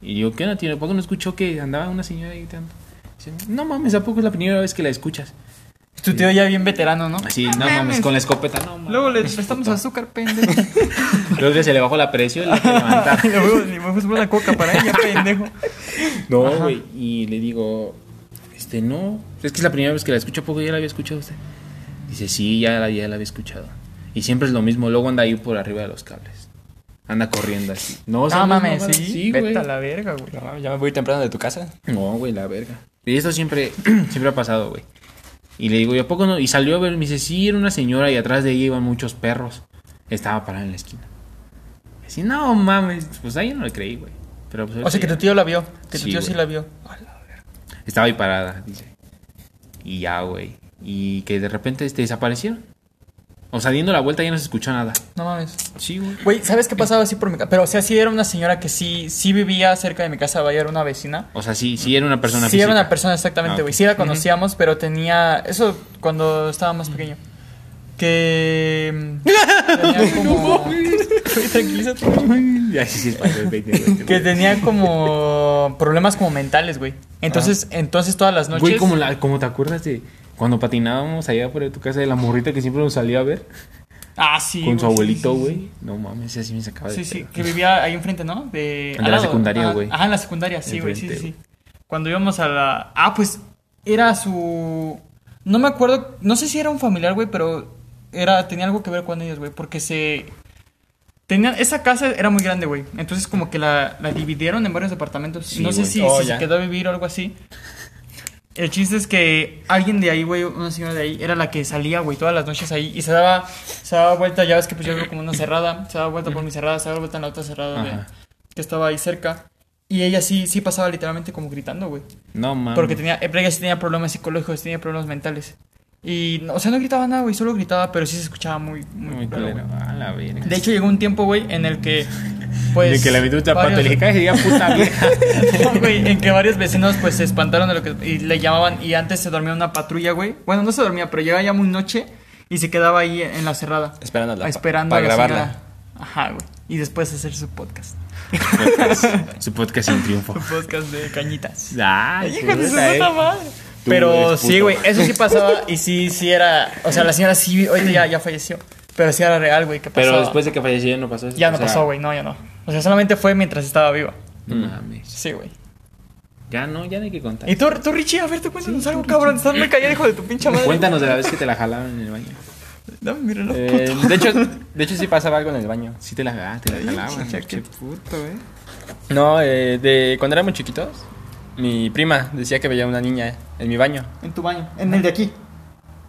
Speaker 1: Y yo, ¿qué no tiene? ¿Por qué no escuchó que andaba una señora gritando? Dice, no mames, ¿a poco es la primera vez que la escuchas?
Speaker 3: Tu tío ya bien veterano, ¿no?
Speaker 1: Así, no mames, con la escopeta, no mames.
Speaker 3: Luego le prestamos azúcar, pendejo.
Speaker 1: Luego que se le bajó la presión y la quiere levantar.
Speaker 3: *laughs* Le voy le voy a comprar una coca para ella, pendejo.
Speaker 1: No, güey. Y le digo, este, no. Es que es la primera vez que la escucho, ¿a poco ya la había escuchado usted? Dice, sí, ya la, ya la había escuchado. Y siempre es lo mismo. Luego anda ahí por arriba de los cables. Anda corriendo así. No, *laughs* o sea,
Speaker 3: No
Speaker 1: no es
Speaker 3: mames,
Speaker 1: mamada.
Speaker 3: sí.
Speaker 1: güey.
Speaker 3: Vete a la verga, güey.
Speaker 4: no mames, Ah, ya me voy temprano de tu casa.
Speaker 1: No, güey, la verga. Y esto siempre, *clears throat* siempre ha pasado, güey. Y le digo, ¿y a poco no? Y salió a ver, me dice, sí, era una señora y atrás de ella iban muchos perros. Estaba parada en la esquina. Y Así, no mames, pues ahí no le creí, güey. Pero pues,
Speaker 3: O sea, que
Speaker 1: ahorita
Speaker 3: tu tío la vio. Que tu
Speaker 1: Sí,
Speaker 3: tío sí
Speaker 1: güey.
Speaker 3: la vio.
Speaker 1: ya- Estaba ahí parada, dice. Y ya, güey. Y que de repente este, desaparecieron. O sea, dando la vuelta ya no se escuchó nada.
Speaker 3: No mames.
Speaker 1: Sí, güey.
Speaker 3: Güey, ¿sabes qué pasaba así por mi casa? Pero, o sea, sí era una señora que sí, sí vivía cerca de mi casa, vaya, era una vecina.
Speaker 1: O sea, sí, sí era una persona
Speaker 3: sí, era
Speaker 1: física.
Speaker 3: una persona exactamente,
Speaker 1: Ah,
Speaker 3: güey.
Speaker 1: ok.
Speaker 3: Sí la conocíamos, pero tenía. Eso cuando estaba más pequeño. Que.
Speaker 1: *laughs*
Speaker 3: mm, tenía como- *laughs* Güey, tranquilízate.
Speaker 1: Ya, sí, sí, es para el 20, güey.
Speaker 3: Que tenía como problemas como mentales, güey. Entonces, entonces todas las noches.
Speaker 1: Güey, como, la, como te acuerdas de cuando patinábamos allá por tu casa de la morrita que siempre nos salía a ver.
Speaker 3: Ah, sí.
Speaker 1: con su
Speaker 3: güey, sí,
Speaker 1: abuelito,
Speaker 3: sí,
Speaker 1: güey.
Speaker 3: sí.
Speaker 1: No mames, así me sacaba de
Speaker 3: Sí, sí,
Speaker 1: pedo.
Speaker 3: que vivía ahí enfrente, ¿no? De,
Speaker 1: En
Speaker 3: al
Speaker 1: la
Speaker 3: lado.
Speaker 1: secundaria,
Speaker 3: Ajá,
Speaker 1: güey.
Speaker 3: Ajá, en la secundaria, sí, güey, sí, sí, sí.
Speaker 1: Enfrente,
Speaker 3: Cuando íbamos a la... Ah, pues era su... No me acuerdo, no sé si era un familiar, güey, pero era tenía algo que ver con ellos, güey, porque se... Tenían, esa casa era muy grande, güey. Entonces como que la, la dividieron en varios departamentos.
Speaker 1: Sí,
Speaker 3: no sé
Speaker 1: güey.
Speaker 3: si,
Speaker 4: Oh,
Speaker 3: si se
Speaker 4: ya.
Speaker 3: quedó a vivir o algo así. El chiste es que alguien de ahí, güey, una señora de ahí, era la que salía, güey, todas las noches ahí y se daba, se daba vuelta, ya ves que pues yo vivo como una cerrada, se daba vuelta por mi cerrada, se daba vuelta en la otra cerrada de-
Speaker 1: Ajá.
Speaker 3: que estaba ahí cerca. Y ella sí, sí pasaba literalmente como gritando, güey.
Speaker 1: No mames.
Speaker 3: Porque tenía, eh, pero ella sí tenía problemas psicológicos, tenía problemas mentales. Y, no- o sea, no gritaba nada, güey, solo gritaba, pero sí se escuchaba muy, muy,
Speaker 1: Muy
Speaker 3: culero,
Speaker 1: culero.
Speaker 3: güey.
Speaker 4: Ah,
Speaker 1: A la verga.
Speaker 3: De hecho, llegó un tiempo, güey, en el
Speaker 1: *laughs*
Speaker 3: que, pues...
Speaker 1: De que la vi tu zapato y
Speaker 3: varios-
Speaker 1: le dije, cállate, ya
Speaker 3: *laughs*
Speaker 1: puta vieja.
Speaker 3: No, güey, en que varios vecinos pues se espantaron de lo que y le llamaban y antes se dormía una patrulla, güey. Bueno, no se dormía, pero llegaba ya muy noche y se quedaba ahí en la cerrada.
Speaker 4: Esperando a la-
Speaker 3: Ah, esperando
Speaker 4: pa-
Speaker 3: a la
Speaker 4: pa grabarla.
Speaker 3: señora. Ajá, güey. Y después hacer su podcast.
Speaker 1: Su podcast sin triunfo.
Speaker 3: Su podcast de cañitas.
Speaker 1: Ah,
Speaker 3: *laughs* Hijo de su
Speaker 1: puta, eh.
Speaker 3: puta madre.
Speaker 1: Tú
Speaker 3: Pero
Speaker 1: eres
Speaker 3: sí,
Speaker 1: puto.
Speaker 3: güey, eso
Speaker 1: *laughs*
Speaker 3: sí pasaba y sí, sí era, o sea, la señora sí, ahorita ya, ya falleció, pero sí era real, güey, que pasaba.
Speaker 1: Pero después de que falleció ya no pasó eso.
Speaker 3: Ya
Speaker 1: O
Speaker 3: no
Speaker 1: sea,
Speaker 3: pasó, güey, no, ya no. O sea, solamente fue mientras estaba viva.
Speaker 1: No mames.
Speaker 3: Sí, güey.
Speaker 1: Ya no, ya no hay que contar.
Speaker 3: Y tú, tú, Richie, a ver, tú cuéntanos algo, cabrón. Estás muy callado, hijo de tu pinche madre.
Speaker 1: *laughs* Cuéntanos de la vez que te la jalaron en el baño.
Speaker 3: No, mira lo
Speaker 4: Eh, de, hecho, de hecho, sí pasaba algo en el baño.
Speaker 1: Sí te la, ah, te la jalaban.
Speaker 3: qué puto, eh.
Speaker 4: No, eh, de cuando éramos chiquitos, mi prima decía que veía una niña en mi baño,
Speaker 3: En tu baño. En el de aquí.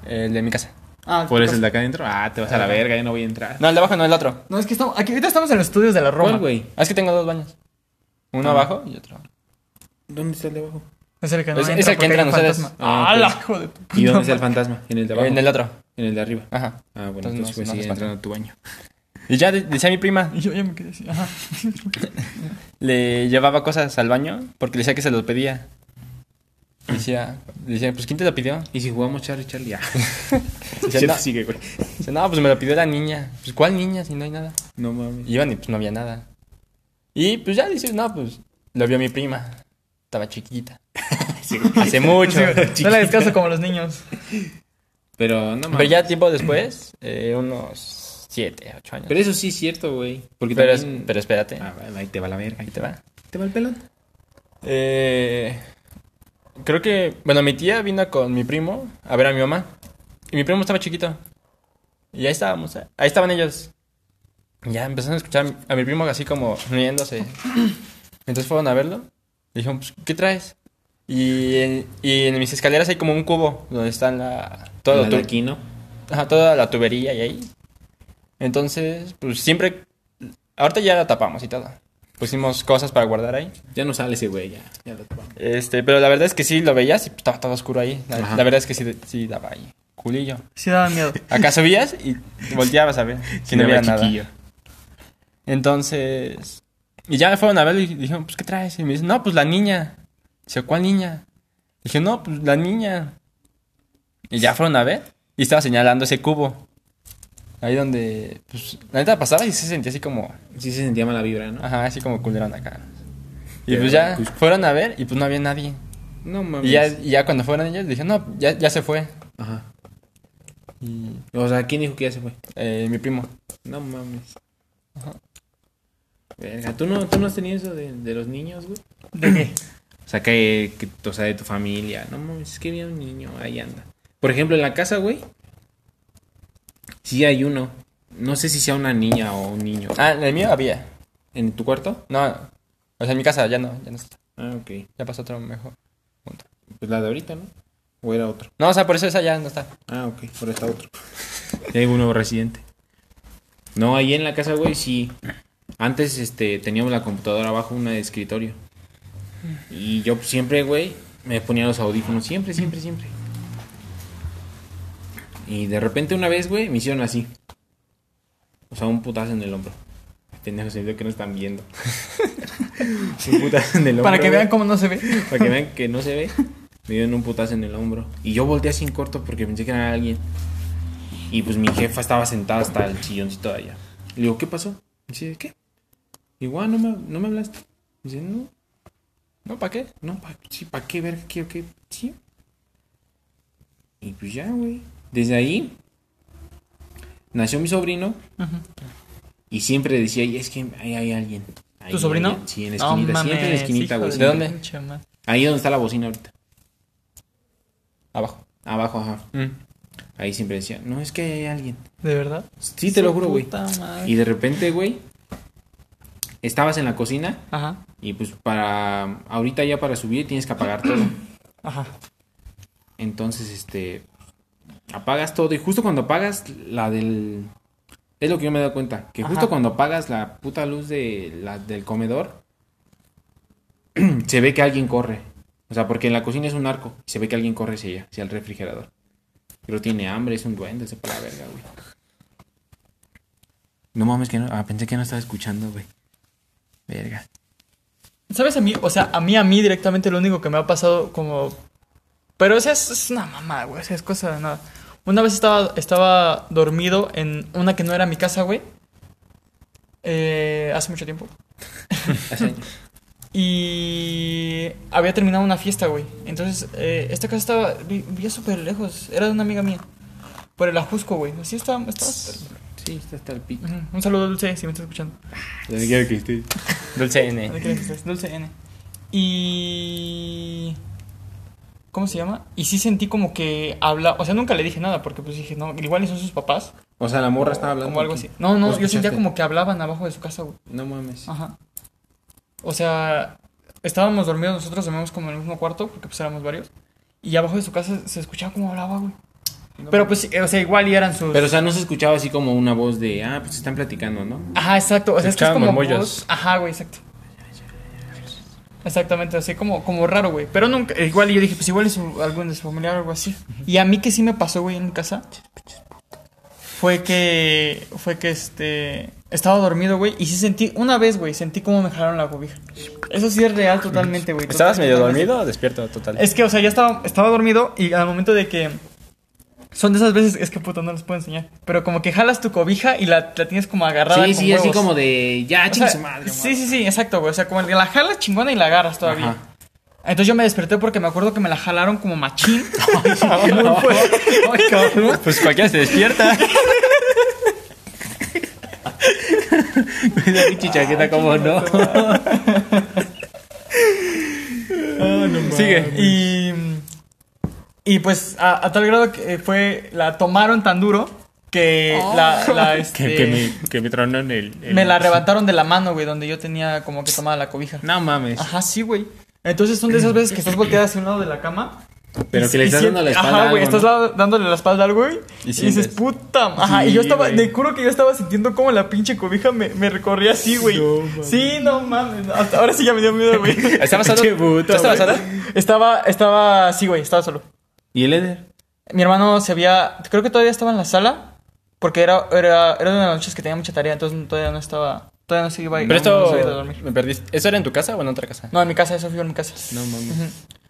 Speaker 4: el de mi casa.
Speaker 3: Ah,
Speaker 1: ¿Por eso
Speaker 3: tu
Speaker 1: el
Speaker 3: casa.
Speaker 1: de acá adentro? Ah, te vas a la verga, ya no voy a entrar.
Speaker 4: No, el de abajo no, el otro.
Speaker 3: No, es que estamos, aquí ahorita estamos en los estudios de la Roma.
Speaker 1: ¿Cuál, güey?
Speaker 4: Ah, Es que tengo dos baños. Uno abajo y otro.
Speaker 1: ¿Dónde está el de abajo?
Speaker 3: Es el que no
Speaker 4: Es-
Speaker 3: entra
Speaker 4: es el que
Speaker 3: porque hay
Speaker 4: entran
Speaker 3: un
Speaker 4: ustedes.
Speaker 3: fantasma.
Speaker 1: Ah,
Speaker 3: Ah,
Speaker 1: ok.
Speaker 3: la hijo de
Speaker 1: ¿Y dónde
Speaker 3: tu puta
Speaker 1: está el
Speaker 3: madre.
Speaker 1: fantasma? ¿En el de abajo?
Speaker 4: En el otro.
Speaker 1: En el de arriba.
Speaker 4: Ajá.
Speaker 1: Ah, bueno,
Speaker 4: Entonces,
Speaker 1: entonces
Speaker 4: no-
Speaker 1: pues
Speaker 4: no se
Speaker 1: sí,
Speaker 4: espanta.
Speaker 1: entrando a tu baño.
Speaker 4: Y ya de- decía mi prima,
Speaker 3: Y yo ya me quedé así.
Speaker 1: *laughs*
Speaker 3: Ajá.
Speaker 4: le llevaba cosas al baño porque le decía que se los pedía. Decía, decía, pues ¿quién te lo pidió?
Speaker 1: ¿Y si jugamos Charlie Charlie?
Speaker 4: *laughs*
Speaker 1: Ya.
Speaker 4: Decía,
Speaker 1: Chef
Speaker 4: no.
Speaker 1: sigue, güey.
Speaker 4: Dice, no, pues me lo pidió la niña. Pues ¿cuál niña si no hay nada?
Speaker 1: No mames.
Speaker 4: Y iban y pues no había nada. Y pues ya dices, no, pues lo vio mi prima.
Speaker 1: *laughs*
Speaker 4: Estaba chiquita. Hace mucho.
Speaker 3: No le descaso como los niños.
Speaker 1: Pero no mames.
Speaker 4: Pero ya tiempo después, eh, unos 7, 8 años.
Speaker 1: Pero eso sí es cierto, güey. Porque
Speaker 4: Pero, es-
Speaker 1: también...
Speaker 4: pero espérate,
Speaker 1: Ah, ahí te va la verga.
Speaker 4: ahí te va.
Speaker 1: te va el pelón.
Speaker 4: Eh, creo que, bueno, mi tía vino con mi primo a ver a mi mamá. Y mi primo estaba chiquito. Y ahí estábamos, eh, ahí estaban ellos. Y Ya empezaron a escuchar a mi primo así como riéndose. Entonces fueron a verlo. Le dijeron, pues, ¿qué traes? Y en, y en mis escaleras hay como un cubo donde están la, todo
Speaker 1: La
Speaker 4: tu-
Speaker 1: de aquí, ¿no?
Speaker 4: ajá, toda la tubería y ahí. Entonces, pues siempre... Ahorita ya la tapamos y todo. Pusimos cosas para guardar ahí.
Speaker 1: Ya no sale ese güey, ya. Ya lo tapamos.
Speaker 4: Este, pero la verdad es que sí lo veías y pues, estaba todo oscuro ahí. La,
Speaker 1: Ajá.
Speaker 4: la verdad es que sí, sí daba ahí. Culillo.
Speaker 3: Sí
Speaker 1: *laughs*
Speaker 3: daba miedo.
Speaker 4: Acá subías y te volteabas a ver si
Speaker 1: Sí,
Speaker 4: no
Speaker 1: daba
Speaker 4: había nada.
Speaker 1: chiquillo.
Speaker 4: Entonces. Y ya me fueron a ver y dijeron, pues, ¿qué traes? Y me dicen, no, pues la niña. Dice, ¿cuál niña? Dije, no, pues la niña. Y ya fueron a ver y estaba señalando ese cubo. Ahí donde, pues, la neta pasaba y se sentía así como,
Speaker 1: Sí se sentía mala vibra, ¿no?
Speaker 4: ajá, así como culerón acá. Y
Speaker 1: Qué
Speaker 4: pues ya
Speaker 1: Cusco.
Speaker 4: fueron a ver y pues no había nadie.
Speaker 1: No mames.
Speaker 4: Y ya, y ya cuando fueron ellos, dije, no, ya, ya se fue.
Speaker 1: Ajá.
Speaker 4: Y
Speaker 1: O sea, ¿quién dijo que ya se fue?
Speaker 4: eh, mi primo.
Speaker 1: No mames. Verga, ¿tú no, tú no has tenido eso de, de los niños, güey?
Speaker 3: ¿De qué?
Speaker 1: O sea, que, que- o sea, de tu familia. No mames, es que había un niño, ahí anda. Por ejemplo, en la casa, güey, sí hay uno. No sé si sea una niña o un niño.
Speaker 4: Ah, en el mío había.
Speaker 1: ¿En tu cuarto?
Speaker 4: No, o sea, en mi casa ya no, ya no está.
Speaker 1: Ah, ok.
Speaker 4: Ya pasó otro mejor.
Speaker 1: Pues la de ahorita, ¿no? O era otro.
Speaker 4: No, o sea, por eso esa ya no está.
Speaker 1: Ah, ok, ahora está *laughs* otro. Ya hay un nuevo residente. No, ahí en la casa, güey, sí. Antes este, teníamos la computadora abajo, una de escritorio. Y yo siempre, güey, me ponía los audífonos, siempre, siempre, siempre. Y de repente una vez, güey, me hicieron así. O sea, un putazo en el hombro. Pendejo, se me olvidó que no están viendo. *laughs* un putazo en el hombro.
Speaker 3: Para que
Speaker 1: güey.
Speaker 3: vean cómo no se ve.
Speaker 1: Para que vean que no se ve, me dieron un putazo en el hombro. Y yo volteé así en corto porque pensé que era alguien. Y pues mi jefa estaba sentada hasta el silloncito de allá. Le digo, ¿qué pasó? Dice, ¿qué? Igual, no me, no me hablaste. Dice, no,
Speaker 4: No, ¿para qué?
Speaker 1: no, ¿para sí, pa qué ver? ¿Qué, qué? Sí. Y pues ya, güey. Desde ahí, nació mi sobrino y siempre decía, "Y es que ahí hay alguien. ahí
Speaker 3: ¿Tu
Speaker 1: hay
Speaker 3: sobrino?
Speaker 1: alguien". Sí, en la
Speaker 3: No
Speaker 1: esquinita, siempre en la
Speaker 3: mames,
Speaker 1: esquinita,
Speaker 3: hijo
Speaker 1: güey.
Speaker 3: de
Speaker 1: siempre.
Speaker 3: la
Speaker 4: dónde?
Speaker 3: pinche madre.
Speaker 1: Ahí donde está la bocina ahorita.
Speaker 4: Abajo.
Speaker 1: Abajo, ajá.
Speaker 4: Mm.
Speaker 1: Ahí siempre decía, no, es que ahí hay alguien.
Speaker 3: ¿De verdad?
Speaker 1: Sí, te lo
Speaker 3: Su
Speaker 1: juro, güey.
Speaker 3: puta madre.
Speaker 1: Y de repente, güey, estabas en la cocina
Speaker 3: Ajá,
Speaker 1: y pues para, ahorita ya para subir tienes que apagar todo.
Speaker 3: *clears throat* ajá.
Speaker 1: Entonces, este, apagas todo y justo cuando apagas la del... Es lo que yo me he dado cuenta, que justo
Speaker 3: Ajá.
Speaker 1: cuando apagas la puta luz de la, del comedor, *clears throat* se ve que alguien corre. O sea, porque en la cocina es un arco, y se ve que alguien corre hacia allá, hacia el refrigerador. Pero tiene hambre, es un duende, se para la verga, güey. No mames, que no, ah, pensé que no estaba escuchando, güey. Verga.
Speaker 3: ¿Sabes a mí? O sea, a mí, a mí directamente lo único que me ha pasado como... Pero esa es, es una mamada, güey. O sea, es cosa de nada. Una vez estaba, estaba dormido en una que no era mi casa, güey. Eh, hace mucho tiempo.
Speaker 1: Hace-
Speaker 3: *laughs* Y había terminado una fiesta, güey. Entonces, eh, esta casa estaba vi- vivía súper lejos. Era de una amiga mía. Por el Ajusco, güey. Así estaba. estaba súper-
Speaker 1: sí, está hasta el pico.
Speaker 3: Ujú. Un saludo, Dulce, si me estás escuchando.
Speaker 1: que esté.
Speaker 4: Dulce N.
Speaker 3: ¿Dónde crees que estés? Dulce N. Y. ¿Cómo se llama? Y sí sentí como que habla. O sea, nunca le dije nada porque pues dije, no, igual y son sus papás.
Speaker 1: O sea, la morra estaba hablando.
Speaker 3: Como algo
Speaker 1: aquí.
Speaker 3: así. No,
Speaker 1: ¿O
Speaker 3: no, yo
Speaker 1: escuchaste?
Speaker 3: sentía como que hablaban abajo de su casa, güey.
Speaker 1: No mames.
Speaker 3: Ajá. O sea, estábamos dormidos nosotros, dormíamos como en el mismo cuarto, porque pues éramos varios. Y abajo de su casa se escuchaba como hablaba, güey. Pero pues, eh, o sea, igual y eran sus.
Speaker 1: Pero, o sea, no se escuchaba así como una voz de, ah, pues están platicando, ¿no?
Speaker 3: Ajá, exacto. O sea, es que es
Speaker 4: Escuchaban
Speaker 3: como.
Speaker 4: murmullos.
Speaker 3: voz- Ajá, güey, exacto. Exactamente, así como, como raro, güey. Pero nunca, igual yo dije, pues igual es un- algún de su familiar o algo así. Y a mí que sí me pasó, güey, en mi casa. Fue que. Fue que este. Estaba dormido, güey. Y sí sentí. Una vez, güey, sentí como me jalaron la cobija. Eso sí es real totalmente, güey.
Speaker 4: ¿Estabas medio
Speaker 3: totalmente.
Speaker 4: dormido o despierto total? *laughs*
Speaker 3: Es que, o sea, ya estaba, estaba dormido y al momento de que. Son de esas veces, es que puta, no les puedo enseñar. Pero como que jalas tu cobija y la, la tienes como agarrada.
Speaker 1: Sí,
Speaker 3: con
Speaker 1: sí, así
Speaker 3: huevos.
Speaker 1: como de, ya,
Speaker 3: O
Speaker 1: chinga
Speaker 3: sea,
Speaker 1: su madre.
Speaker 3: Sí, sí, sí, exacto, güey. O sea, como el que la jalas chingona y la agarras todavía. Entonces yo me desperté porque me acuerdo que me la jalaron
Speaker 1: *laughs*
Speaker 3: como machín. Muy fuerte.
Speaker 4: Pues cualquiera se despierta.
Speaker 1: Esa pinche
Speaker 3: Ah,
Speaker 1: chaqueta, como no.
Speaker 4: Sigue.
Speaker 3: Y, y pues a, a tal grado que eh, fue, la tomaron tan duro que la,
Speaker 1: Oh. *laughs*
Speaker 3: la, este,
Speaker 1: me, *laughs* que me tronó en el, *laughs*
Speaker 3: me la arrebataron de la mano, güey, donde yo tenía como que tomada la cobija.
Speaker 1: No mames.
Speaker 3: Ajá, sí, güey. Entonces son de
Speaker 1: *clears throat*
Speaker 3: esas veces que estás volteada hacia un lado de la cama.
Speaker 1: Pero
Speaker 3: Ah, y-
Speaker 1: que le
Speaker 3: y
Speaker 1: estás
Speaker 3: sien-
Speaker 1: dando la espalda a
Speaker 3: Ajá, güey,
Speaker 1: algo,
Speaker 3: estás
Speaker 1: ¿no?
Speaker 3: la- dándole la espalda al güey. Y, dices,
Speaker 4: sientes.
Speaker 3: puta. Ajá, y yo
Speaker 1: Sí,
Speaker 3: estaba,
Speaker 1: güey.
Speaker 3: te juro que yo estaba sintiendo como la pinche cobija me, me recorría así, güey. sí, no mames. Hasta ahora sí ya me dio
Speaker 1: *laughs*
Speaker 3: miedo, güey.
Speaker 4: ¿Estabas solo?
Speaker 1: Pinche puta,
Speaker 4: ¿Tú estabas solo?
Speaker 3: estaba, estaba, sí, güey, estaba solo.
Speaker 1: ¿Y el Eder?
Speaker 3: Mi hermano se había, creo que todavía estaba en la sala, porque era, era, era de las noches que tenía mucha tarea, entonces todavía no estaba, todavía no se iba a ir.
Speaker 4: Pero
Speaker 3: no se iba a ir a
Speaker 4: esto.
Speaker 3: dormir.
Speaker 4: Me perdí. ¿Eso era en tu casa o en otra casa?
Speaker 3: No, en mi casa, eso fue en mi casa.
Speaker 1: No mames.
Speaker 3: Ujú.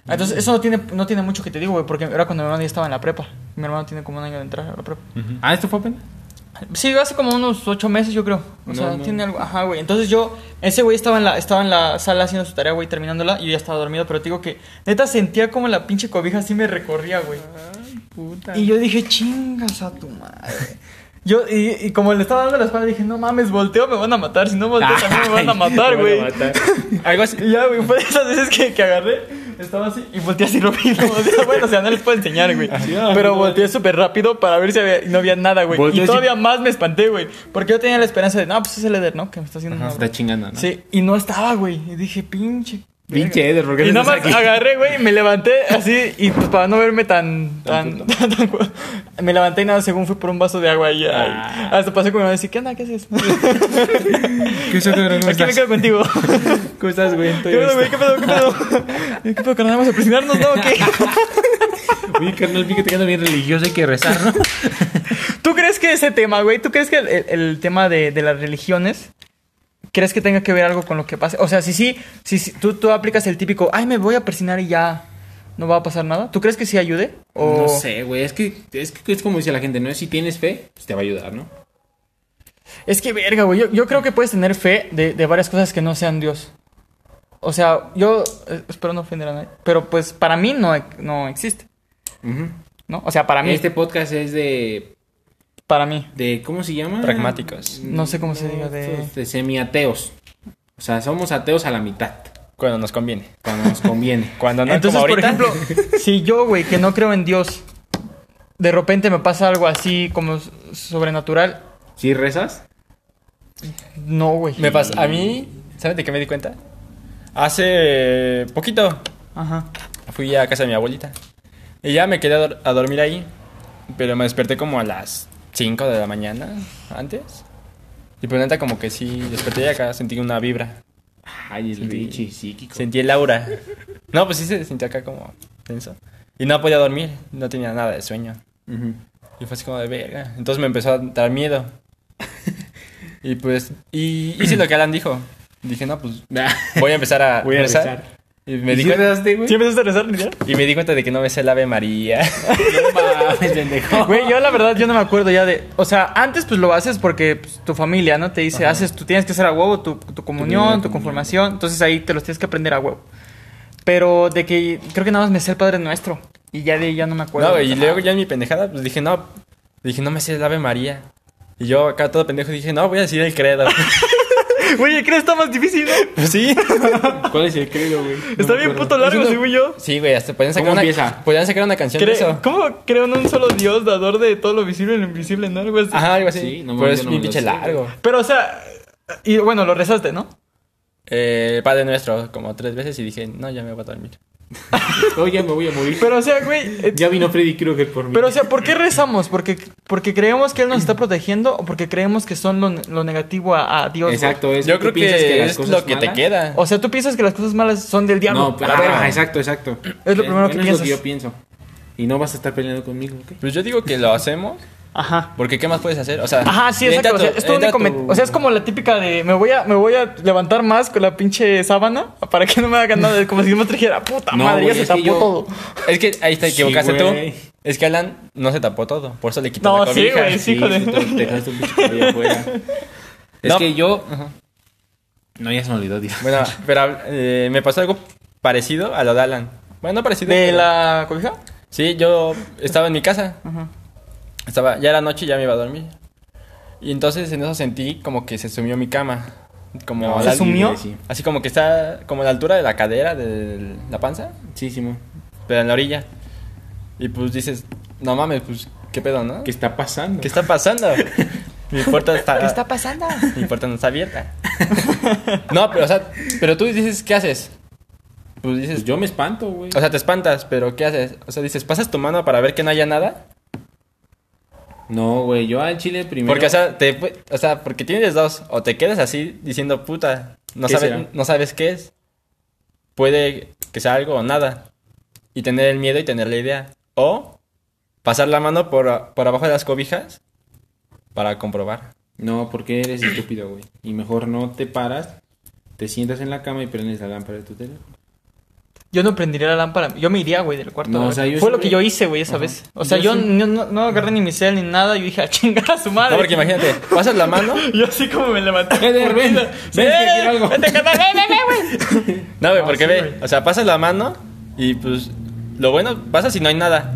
Speaker 3: Entonces, eso no tiene, no tiene mucho que te digo, güey, porque era cuando mi hermano ya estaba en la prepa. Mi hermano tiene como un año de entrar a la prepa.
Speaker 1: Ah, ¿esto fue apenas?
Speaker 3: Sí, hace como unos ocho meses, yo creo. O
Speaker 1: No
Speaker 3: sea,
Speaker 1: mames.
Speaker 3: tiene algo. Ajá, güey. Entonces yo, ese güey estaba en la, estaba en la sala haciendo su tarea, güey, terminándola, y yo ya estaba dormido, pero te digo que neta sentía como la pinche cobija así me recorría, güey.
Speaker 1: Puta.
Speaker 3: Y yo dije, chingas a tu madre. Yo, y, y como le estaba dando la espalda, dije, no mames, volteo, me van a matar. Si no volteo, también
Speaker 1: *laughs*
Speaker 3: me van a matar, güey.
Speaker 4: Algo así.
Speaker 3: Y ya, güey, fue de esas veces que, que agarré, estaba así y volteé así rápido. O sea, bueno, o sea, no les puedo enseñar, güey. Pero volteé súper rápido para ver si había- no había nada, güey.
Speaker 1: ah, Volteé
Speaker 3: Y
Speaker 1: así.
Speaker 3: todavía más me espanté, güey. Porque yo tenía la esperanza de, no, pues es el Eder, ¿no? Que me está haciendo una
Speaker 1: Está chingando, ¿no?
Speaker 3: Sí, y no estaba, güey. Y dije, pinche. verga".
Speaker 1: Pinche Eder, ¿por qué
Speaker 3: Y
Speaker 1: no
Speaker 3: nada más
Speaker 1: estás aquí?
Speaker 3: agarré, güey, y me levanté así. Y pues para no verme tan. tan. *laughs* tan, tan- me levanté y nada, según fui por un vaso de agua y ay,
Speaker 1: Ah.
Speaker 3: Hasta pasé con mi mamá y dije, ¿qué onda? ¿Qué haces?
Speaker 1: *laughs* ¿Qué hizo, cabrón? ¿Cómo
Speaker 3: *laughs* Aquí me
Speaker 1: estás?
Speaker 3: quedo contigo.
Speaker 1: *laughs* ¿Cómo estás, güey?
Speaker 3: ¿Qué pedo, güey? ¿Qué pedo? ¿Qué pedo? *laughs* ¿Qué pedo, carnal? ¿Vamos a presionarnos, no? ¿O *laughs* qué?
Speaker 1: Oye, carnal, vi que te quedas bien religioso, hay que rezar, ¿no?
Speaker 3: ¿Tú crees que ese tema, güey? ¿Tú crees que el, el- el tema de, de las religiones... ¿Crees que tenga que ver algo con lo que pasa? O sea, si sí, si, si tú, tú aplicas el típico, ay, me voy a persinar y ya no va a pasar nada. ¿Tú crees que sí ayude? *laughs* O...
Speaker 1: No sé, güey. Es que, es que es como dice la gente, ¿no? Si tienes fe, pues te va a ayudar, ¿no?
Speaker 3: Es que verga, güey. Yo, yo creo que puedes tener fe de, de varias cosas que no sean Dios. O sea, yo eh, espero no ofender a nadie. Pero pues para mí no, no existe,
Speaker 1: Ujú.
Speaker 3: ¿no? O sea, para mí.
Speaker 1: Este podcast es de
Speaker 3: Para mí.
Speaker 1: de ¿cómo se llama?
Speaker 4: Pragmáticos.
Speaker 3: No sé cómo se diga de...
Speaker 1: Estos De semiateos. O sea, somos ateos a la mitad,
Speaker 4: Cuando nos conviene.
Speaker 1: cuando nos conviene.
Speaker 4: *laughs* Cuando no,
Speaker 3: Entonces,
Speaker 4: Ah, como
Speaker 3: por
Speaker 4: ahorita.
Speaker 3: ejemplo, si yo, güey, que no creo en Dios, de repente me pasa algo así como s- sobrenatural,
Speaker 1: ¿Sí rezas?
Speaker 3: no, güey.
Speaker 4: *laughs* Me pas- a mí, ¿sabes de qué me di cuenta? Hace poquito
Speaker 3: Ajá.
Speaker 4: fui a casa de mi abuelita. Y ya me quedé a, dor- a dormir ahí. Pero me desperté como a las 5 de la mañana antes. Y pues neta como que sí, desperté y acá sentí una vibra.
Speaker 1: Ay, el
Speaker 4: Sí.
Speaker 1: bichi psíquico.
Speaker 4: Sentí el aura. No, pues sí se sintió acá como tenso. Y no podía dormir, no tenía nada de sueño.
Speaker 1: Ujú.
Speaker 4: Y fue así como de verga. Entonces me empezó a dar
Speaker 1: *laughs*
Speaker 4: miedo. Y pues, y hice lo que Alan dijo. Dije, no, pues voy a empezar a,
Speaker 1: *laughs* Voy a
Speaker 4: rezar.
Speaker 1: rezar.
Speaker 4: Y me,
Speaker 1: ¿Y
Speaker 4: di
Speaker 1: sí
Speaker 4: cuenta,
Speaker 1: rezaste, güey?
Speaker 3: ¿Sí empezaste a rezar, Lidia?
Speaker 4: y me di cuenta de que no me sé el
Speaker 1: *laughs*
Speaker 4: Ave María.
Speaker 1: No mames, pendejo.
Speaker 3: *laughs* Güey, yo la verdad, yo no me acuerdo ya de... O sea, antes pues lo haces porque pues, tu familia, ¿no? Te dice, haces, tú tienes que hacer a huevo tu, tu comunión, tu conformación. Entonces ahí te los tienes que aprender a huevo. Pero de que creo que nada más me sé el Padre Nuestro. Y ya de ahí ya no me acuerdo.
Speaker 4: no, y luego ya en mi pendejada, pues dije, no, dije, no me sé el Ave María. Y yo acá todo pendejo dije, no, voy a decir
Speaker 1: *laughs*
Speaker 4: el credo.
Speaker 3: *laughs*
Speaker 4: *laughs*
Speaker 3: Güey, el credo está más difícil, ¿no?
Speaker 4: Pues sí.
Speaker 1: ¿Cuál es el credo, güey? No
Speaker 3: Está
Speaker 1: me
Speaker 3: bien
Speaker 1: acuerdo.
Speaker 3: puto largo,
Speaker 4: Eso-
Speaker 3: según yo.
Speaker 4: Sí, güey, hasta podían sacar
Speaker 1: ¿Cómo
Speaker 4: una,
Speaker 1: empieza?
Speaker 4: podían sacar una canción
Speaker 3: Cre-
Speaker 4: de eso.
Speaker 3: ¿Cómo creo en un solo Dios, dador de todo lo visible y lo invisible, no? Algo así.
Speaker 4: Ajá, algo así.
Speaker 1: Sí, no
Speaker 4: Pero
Speaker 1: mames,
Speaker 4: es
Speaker 1: yo no
Speaker 4: bien
Speaker 1: me lo
Speaker 4: pinche
Speaker 1: sé,
Speaker 4: largo.
Speaker 3: Pero, o sea, y bueno, lo rezaste, ¿no?
Speaker 4: Eh, Padre Nuestro, como tres veces y dije, no, ya me voy a dormir.
Speaker 1: No, Oh, ya me voy a morir.
Speaker 3: Pero, o sea, güey. eh,
Speaker 1: Ya vino Freddy Krueger por mí.
Speaker 3: Pero, o sea, ¿por qué rezamos? ¿Porque, ¿Porque creemos que Él nos está protegiendo o porque creemos que son lo, lo negativo a, a Dios? güey?
Speaker 1: exacto, es Pues,
Speaker 4: Yo
Speaker 1: tú
Speaker 4: creo que,
Speaker 1: piensas las
Speaker 4: es
Speaker 1: cosas
Speaker 4: lo que
Speaker 1: malas-
Speaker 4: te queda.
Speaker 3: O sea, tú piensas que las cosas malas son del diablo.
Speaker 1: No, pero,
Speaker 3: A la
Speaker 1: ajá,
Speaker 3: verga.
Speaker 1: exacto, exacto. Eh,
Speaker 3: Es lo primero que
Speaker 1: bueno, es
Speaker 3: piensas.
Speaker 1: yo pienso. Y no vas a estar peleando conmigo, ¿ok?
Speaker 4: Pues yo digo que lo hacemos,
Speaker 3: Ajá.
Speaker 4: porque ¿qué más puedes hacer? O sea,
Speaker 3: Ajá, sí,
Speaker 4: neta
Speaker 3: exacto. O sea,
Speaker 4: tu-
Speaker 3: es tu
Speaker 4: neta
Speaker 3: único met-
Speaker 4: tu-
Speaker 3: o sea, es como la típica de me voy a, me voy a levantar más con la pinche sábana para que no me hagan nada, como si no me trajera puta
Speaker 1: No,
Speaker 3: madre,
Speaker 1: güey,
Speaker 3: ya se
Speaker 1: es que
Speaker 3: tapó
Speaker 1: yo-
Speaker 3: todo.
Speaker 4: Es que ahí te
Speaker 1: Sí,
Speaker 4: equivocaste
Speaker 1: güey.
Speaker 4: tú. Es que Alan no se tapó todo, por eso le quitó
Speaker 3: No,
Speaker 4: la
Speaker 3: sí,
Speaker 4: cobija.
Speaker 3: güey. Es hijo de-
Speaker 1: tú *laughs* te dejaste un pinche cabello afuera. Es
Speaker 4: No.
Speaker 1: que yo. No, ya se me olvidó, tío.
Speaker 4: Bueno, pero eh, me pasó algo parecido a lo de Alan. Bueno, no parecido.
Speaker 3: ¿De
Speaker 4: pero-
Speaker 3: la cobija?
Speaker 4: Sí, yo estaba en mi casa. Estaba, ya era noche y ya me iba a dormir. Y entonces en eso sentí como que se sumió mi cama. Como a
Speaker 3: ¿Se
Speaker 4: la-
Speaker 1: sí,
Speaker 3: sumió?
Speaker 1: güey, Sí,
Speaker 4: Así como que está como a la altura de la cadera, de la panza,
Speaker 1: sí, Simón.
Speaker 4: pero en la orilla. Y pues dices, no mames, pues qué pedo, ¿no?
Speaker 1: ¿Qué
Speaker 4: ¿Qué,
Speaker 1: está pasando?
Speaker 3: *laughs*
Speaker 4: está pasando? mi puerta está,
Speaker 3: ¿Qué está pasando?
Speaker 4: mi puerta no está abierta. no, pero o sea, pero tú dices, ¿qué haces? Pues dices,
Speaker 1: Pues yo me espanto, güey.
Speaker 4: o sea, te espantas, pero ¿qué haces? O sea, dices, pasas tu mano para ver que no haya nada.
Speaker 1: No, güey, yo al chile primero.
Speaker 4: Porque, o sea, te, pu- o sea, porque tienes dos. O te quedas así diciendo, puta, no,
Speaker 1: ¿Qué
Speaker 4: sabes,
Speaker 1: será?
Speaker 4: no sabes qué es. Puede que sea algo o nada. Y tener el miedo y tener la idea. O pasar la mano por, a- por abajo de las cobijas para comprobar.
Speaker 1: No, porque eres estúpido, güey. Y mejor no te paras, te sientas en la cama y prendes la lámpara de tu teléfono.
Speaker 3: Yo no prendería la lámpara. Yo me iría, güey, del cuarto.
Speaker 1: No,
Speaker 3: la
Speaker 1: o sea,
Speaker 3: verdad.
Speaker 1: yo
Speaker 3: Fue lo
Speaker 1: siempre-
Speaker 3: que yo hice, güey, esa vez. O sea,
Speaker 1: Yo
Speaker 3: yo, no, no- no agarré ni mi cel ni nada. Yo dije, a chingar a su madre.
Speaker 4: No, porque imagínate, pasas la mano.
Speaker 3: *laughs* Yo así como me levanté.
Speaker 1: Eder, *laughs* ven, ven, que *laughs* quiero algo.
Speaker 3: *laughs* Vete, carnal, ven, ven, ven, güey.
Speaker 4: No, güey,
Speaker 3: No,
Speaker 4: porque
Speaker 3: Ah, sí,
Speaker 4: ve,
Speaker 3: güey.
Speaker 4: o sea, pasas la mano y pues lo bueno pasa si no hay nada.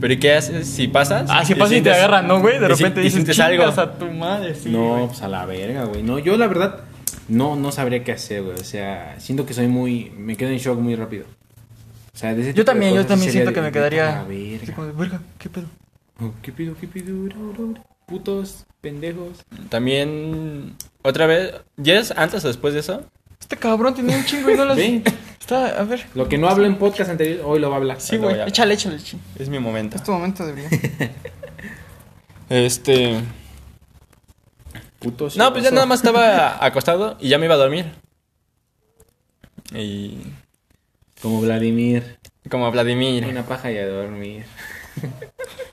Speaker 4: Pero ¿y qué haces si pasas?
Speaker 3: Ah, si pasa y te
Speaker 4: sientes-
Speaker 3: agarran, ¿no, güey? De
Speaker 4: y si-
Speaker 3: repente
Speaker 4: y
Speaker 3: dices,
Speaker 4: sientes
Speaker 3: chingas
Speaker 4: algo.
Speaker 3: a tu madre, sí,
Speaker 1: no,
Speaker 3: güey.
Speaker 1: pues a la verga, güey. No, yo la verdad no, no sabría qué hacer, güey. O sea, siento que soy muy. Me quedo en shock muy rápido. O sea, de ese tipo
Speaker 3: Yo
Speaker 1: de
Speaker 3: también, yo
Speaker 1: cosas pues, sí sería
Speaker 3: también siento que
Speaker 1: de-
Speaker 3: me quedaría...
Speaker 1: A la verga.
Speaker 3: así como de, verga, ¿qué pedo?
Speaker 1: Oh, ¿Qué pido, qué pido? Ura, ura, ura. Putos, pendejos.
Speaker 4: También, otra vez, ¿ya es antes o después de eso?
Speaker 3: Este cabrón tiene un chingo y
Speaker 1: *laughs*
Speaker 3: no las...
Speaker 1: Ven.
Speaker 3: Está, a ver.
Speaker 1: Lo que no hablo en podcast anterior, hoy lo va a hablar.
Speaker 3: Sí,
Speaker 4: Ahí lo
Speaker 3: güey,
Speaker 4: voy a-
Speaker 3: échale, échale, ching.
Speaker 4: Es mi momento.
Speaker 3: Es tu momento, *laughs* debería.
Speaker 4: Este...
Speaker 1: Putos.
Speaker 4: No, pues ya
Speaker 1: celoso.
Speaker 4: nada más estaba acostado y ya me iba a dormir. Y...
Speaker 1: Como Vladimir.
Speaker 4: Como Vladimir.
Speaker 1: Una paja y a
Speaker 3: *laughs*
Speaker 1: dormir.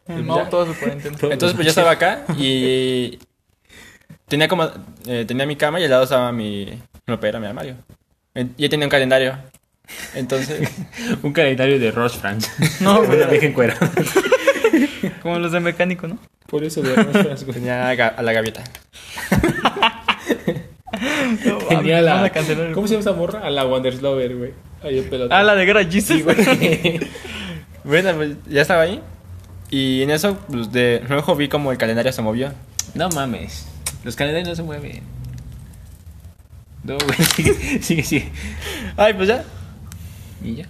Speaker 3: No, todo su cuarentena.
Speaker 4: Entonces pues ya estaba acá y... Tenía como... eh, tenía mi cama y al lado estaba mi... No, pero era mi armario. En- Y yo tenía un calendario. Entonces... *laughs*
Speaker 1: Un calendario de Roche *laughs* France.
Speaker 3: No,
Speaker 1: Una
Speaker 3: güey.
Speaker 1: vieja encuera.
Speaker 3: Como los de mecánico, ¿no?
Speaker 1: Por eso de Roche France,
Speaker 3: *laughs*
Speaker 1: güey.
Speaker 4: tenía a, ga- a la gaviota.
Speaker 3: No,
Speaker 1: Tenía Ah,
Speaker 3: vamos
Speaker 1: la.
Speaker 3: Ah, a cancelar el-
Speaker 1: ¿Cómo se llama esa morra? A la Wanderslover, güey. Ahí el pelotón.
Speaker 3: *laughs* Ah, la de Guerra Jesus, güey.
Speaker 4: Bueno, pues ya estaba ahí. Y en eso, pues, de luego vi como el calendario se movió.
Speaker 1: No mames. Los calendarios no se mueven. No,
Speaker 3: *laughs*
Speaker 1: güey. Sigue, sigue, sigue.
Speaker 4: Ay, pues ya.
Speaker 1: Y ya.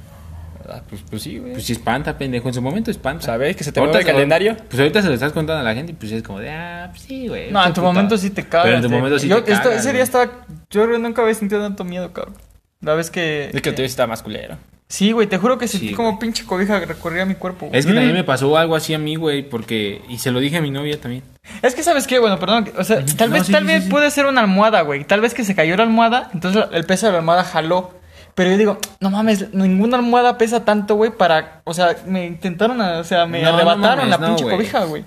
Speaker 4: Ah, pues, pues sí, güey.
Speaker 1: Pues sí espanta, pendejo. En su momento espanta.
Speaker 4: ¿Sabes que se te
Speaker 1: Ahorita
Speaker 4: mueve el
Speaker 1: se lo-
Speaker 4: calendario?
Speaker 1: Pues ahorita se lo estás contando a la gente y pues es como de, ah, pues sí, güey.
Speaker 3: No,
Speaker 1: qué
Speaker 3: en tu
Speaker 1: puta.
Speaker 3: momento sí te cagas.
Speaker 1: Pero en tu
Speaker 3: güey.
Speaker 1: momento sí
Speaker 3: yo,
Speaker 1: te
Speaker 3: esto-
Speaker 1: cagas,
Speaker 3: Ese
Speaker 1: güey.
Speaker 3: día estaba. Yo creo que nunca había sentido tanto miedo, cabrón. La vez que.
Speaker 4: Es que el tuyo está más culero.
Speaker 3: Sí, güey, te juro que sentí
Speaker 1: Sí,
Speaker 3: como
Speaker 1: güey.
Speaker 3: pinche cobija que recorría mi cuerpo. güey.
Speaker 1: Es que también me pasó algo así a mí, güey, porque... Y se lo dije a mi novia también.
Speaker 3: Es que sabes qué, bueno, perdón, o sea, tal
Speaker 1: No,
Speaker 3: vez,
Speaker 1: sí,
Speaker 3: tal
Speaker 1: sí,
Speaker 3: vez
Speaker 1: sí.
Speaker 3: puede ser una almohada, güey. Tal vez que se cayó la almohada, entonces el peso de la almohada jaló. Pero yo digo, no mames, ninguna almohada pesa tanto, güey, para, o sea, me intentaron, o sea, me
Speaker 1: No, no mames,
Speaker 3: arrebataron la
Speaker 1: no,
Speaker 3: pinche
Speaker 1: güey.
Speaker 3: cobija, güey.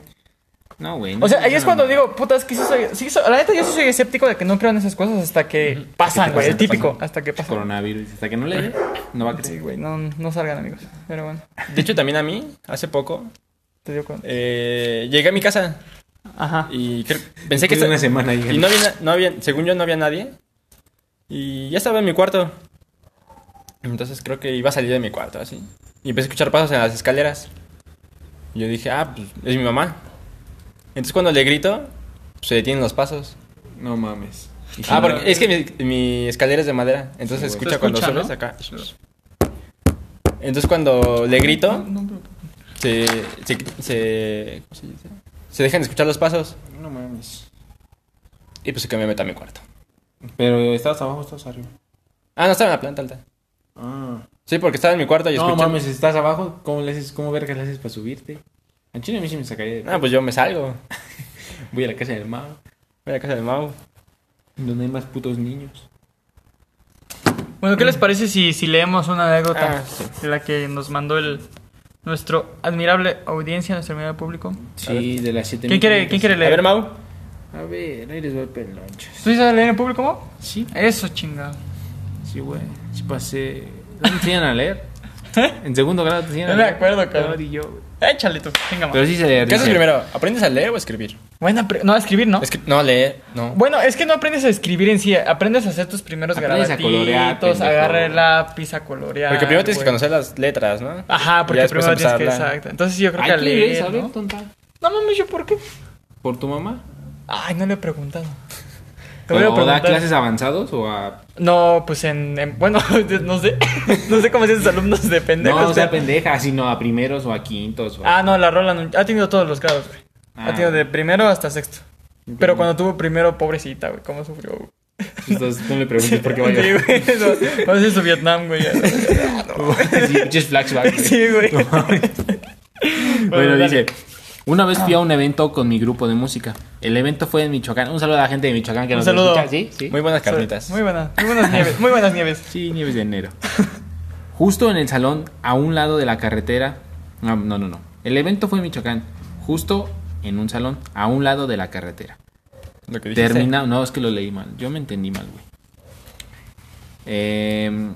Speaker 1: No, güey.
Speaker 3: O sea,
Speaker 1: no,
Speaker 3: ahí es
Speaker 1: no,
Speaker 3: cuando
Speaker 1: no.
Speaker 3: digo, puta, es que sí soy, sí soy- la neta yo sí soy escéptico de que no creo en esas cosas hasta que pasan, güey, el
Speaker 1: pasan, te
Speaker 3: típico,
Speaker 1: pasan.
Speaker 3: hasta que pasan.
Speaker 1: Coronavirus. Hasta que no le dé, no va a
Speaker 3: Sí,
Speaker 1: crecer.
Speaker 3: güey, no, no salgan amigos, pero bueno,
Speaker 4: De hecho, también a mí, hace poco,
Speaker 3: te dio cuenta.
Speaker 4: eh, llegué a mi casa
Speaker 3: Ajá.
Speaker 4: y creo- pensé que...
Speaker 1: Tuve
Speaker 4: esta-
Speaker 1: una semana ahí.
Speaker 4: Y no había, na- no había, según yo no había nadie. Y ya estaba en mi cuarto. Entonces creo que iba a salir de mi cuarto, así. Y empecé a escuchar pasos en las escaleras. Y yo dije, ah, pues es mi mamá. Entonces cuando le grito, se detienen los pasos.
Speaker 1: No mames. Y
Speaker 4: Ah,
Speaker 1: sí,
Speaker 4: porque
Speaker 3: eh,
Speaker 1: no,
Speaker 4: es que mi, mi escalera es de madera, entonces se
Speaker 1: Sí,
Speaker 4: escucha
Speaker 1: güey.
Speaker 4: cuando
Speaker 1: Se escucha,
Speaker 4: subes acá. Entonces cuando le grito, se, se, se, ¿cómo se dice? se dejan de escuchar los pasos
Speaker 1: No mames.
Speaker 4: y pues que me meta a mi cuarto.
Speaker 1: Pero estabas abajo, estabas arriba.
Speaker 4: Ah, no, estaba en la planta alta.
Speaker 1: Ah.
Speaker 4: Sí, porque estaba en mi cuarto y
Speaker 1: No
Speaker 4: escuché.
Speaker 1: mames, estás abajo, ¿cómo le haces, cómo verga le haces para subirte? En Chile a mí sí me sacaría de...
Speaker 4: Ah, pues yo me salgo.
Speaker 1: Voy a la casa del mago,
Speaker 4: Voy a la casa del Mau.
Speaker 1: donde hay más putos niños.
Speaker 3: Bueno, ¿qué les parece si, si leemos una anécdota
Speaker 4: Ah, sí.
Speaker 3: de la que nos mandó el nuestro admirable audiencia, nuestro admirable público?
Speaker 1: Sí, de las siete
Speaker 3: ¿Quién quiere, ¿quién quiere
Speaker 4: A
Speaker 3: leer?
Speaker 4: ver, Mau.
Speaker 1: A ver, ahí les voy pelonchas.
Speaker 3: ¿Tú sabes leer en público, Mo?
Speaker 1: Sí,
Speaker 3: Eso, chingado.
Speaker 1: sí, güey. Sí pasé... ¿No me enseñan a leer?
Speaker 3: *laughs*
Speaker 1: En segundo grado te enseñan
Speaker 3: No
Speaker 1: a
Speaker 3: me
Speaker 1: leer.
Speaker 3: acuerdo, cabrón.
Speaker 1: Ahora y yo, güey.
Speaker 3: Échale tú, venga, Mau.
Speaker 1: Pero sí se leer.
Speaker 4: ¿Qué haces
Speaker 1: dice.
Speaker 4: primero? ¿Aprendes a leer o a escribir?
Speaker 3: Buena pre- no, a escribir, ¿no?
Speaker 4: Escri- no, leer, no.
Speaker 3: Bueno, es que no aprendes a escribir en sí, aprendes a hacer tus primeros
Speaker 1: Aprendes a colorear,
Speaker 3: grabatitos,
Speaker 1: pendejo.
Speaker 3: agarrar el lápiz, a colorear.
Speaker 4: Porque primero tienes que
Speaker 3: güey.
Speaker 4: conocer las letras, ¿no?
Speaker 3: Ajá,
Speaker 4: Ya
Speaker 3: porque
Speaker 4: después
Speaker 3: primero tienes
Speaker 4: empezar
Speaker 3: que...
Speaker 4: a hablar.
Speaker 3: Exacto. Entonces yo creo
Speaker 1: Ay,
Speaker 3: que a
Speaker 1: ¿qué lees?
Speaker 3: leer,
Speaker 1: A ver,
Speaker 3: ¿no?
Speaker 1: tonta.
Speaker 3: No mames, ¿yo por qué?
Speaker 1: ¿Por tu mamá?
Speaker 3: Ay, no le he preguntado. Te voy a
Speaker 1: ¿O da
Speaker 3: preguntar.
Speaker 1: clases avanzados o a...?
Speaker 3: No, pues en, en- bueno, *laughs* no sé, no sé cómo hacían sus alumnos de pendejos.
Speaker 1: No, o sea,
Speaker 3: pero-
Speaker 1: pendeja, sino a primeros o a quintos. O...
Speaker 3: Ah, no, la Rola no- ha tenido todos los grados, güey.
Speaker 1: Ah.
Speaker 3: Ha tenido de primero hasta sexto. Pero cuando tuvo primero, pobrecita, güey, cómo sufrió. güey.
Speaker 1: Entonces, no me preguntes por qué vaya.
Speaker 3: *laughs* Sí, güey, no, no sé su Vietnam, güey. ya.
Speaker 1: *laughs* Sí, pinches flashbacks, güey.
Speaker 3: Sí, güey.
Speaker 1: Bueno,
Speaker 3: Bueno,
Speaker 1: dice, una vez fui a un evento con mi grupo de música. El evento fue en Michoacán. Un saludo a la gente de Michoacán que
Speaker 3: Un
Speaker 1: nos
Speaker 3: saludo.
Speaker 1: escucha. Sí, sí.
Speaker 4: Muy buenas carnitas.
Speaker 3: Muy buenas, muy buenas nieves, muy buenas nieves.
Speaker 1: Sí, nieves de enero. Justo en el salón, a un lado de la carretera. No, no, no, no. El evento fue en Michoacán. Justo en un salón, a un lado de la carretera.
Speaker 4: Lo que dijiste.
Speaker 1: Termina. No, es que lo leí mal. Yo me entendí mal, güey. Eh,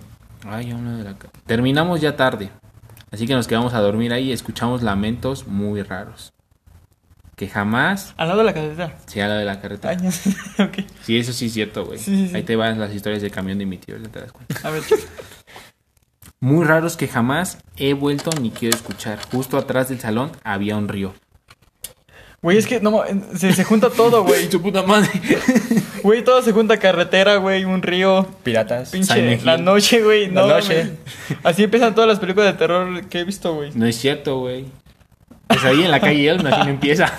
Speaker 1: ay, a un lado de la ca- Terminamos ya tarde. Así que nos quedamos a dormir ahí y escuchamos lamentos muy raros. Que jamás
Speaker 3: Al lado de la carretera.
Speaker 1: Sí, a la de la carretera.
Speaker 3: Años. *laughs* ok,
Speaker 1: Sí, eso sí es cierto, güey.
Speaker 3: Sí, sí, sí.
Speaker 1: Ahí te van las historias de camión de mi tío, ya te das cuenta.
Speaker 3: a ver.
Speaker 1: Muy raros que jamás he vuelto ni quiero escuchar. Justo atrás del salón había un río.
Speaker 3: Güey, es que no, ma- se, se junta todo, güey.
Speaker 1: tu puta madre!
Speaker 3: Güey, todo se junta carretera, güey, un río.
Speaker 4: Piratas.
Speaker 1: Silent
Speaker 3: Pinche
Speaker 1: Hill.
Speaker 3: la noche, güey.
Speaker 4: La
Speaker 3: No,
Speaker 4: noche.
Speaker 3: mames. Así empiezan todas las películas de terror que he
Speaker 1: *laughs*
Speaker 3: visto, güey.
Speaker 1: No es cierto, güey. Pues ahí en la calle Elm, así no
Speaker 3: *laughs*
Speaker 1: empieza.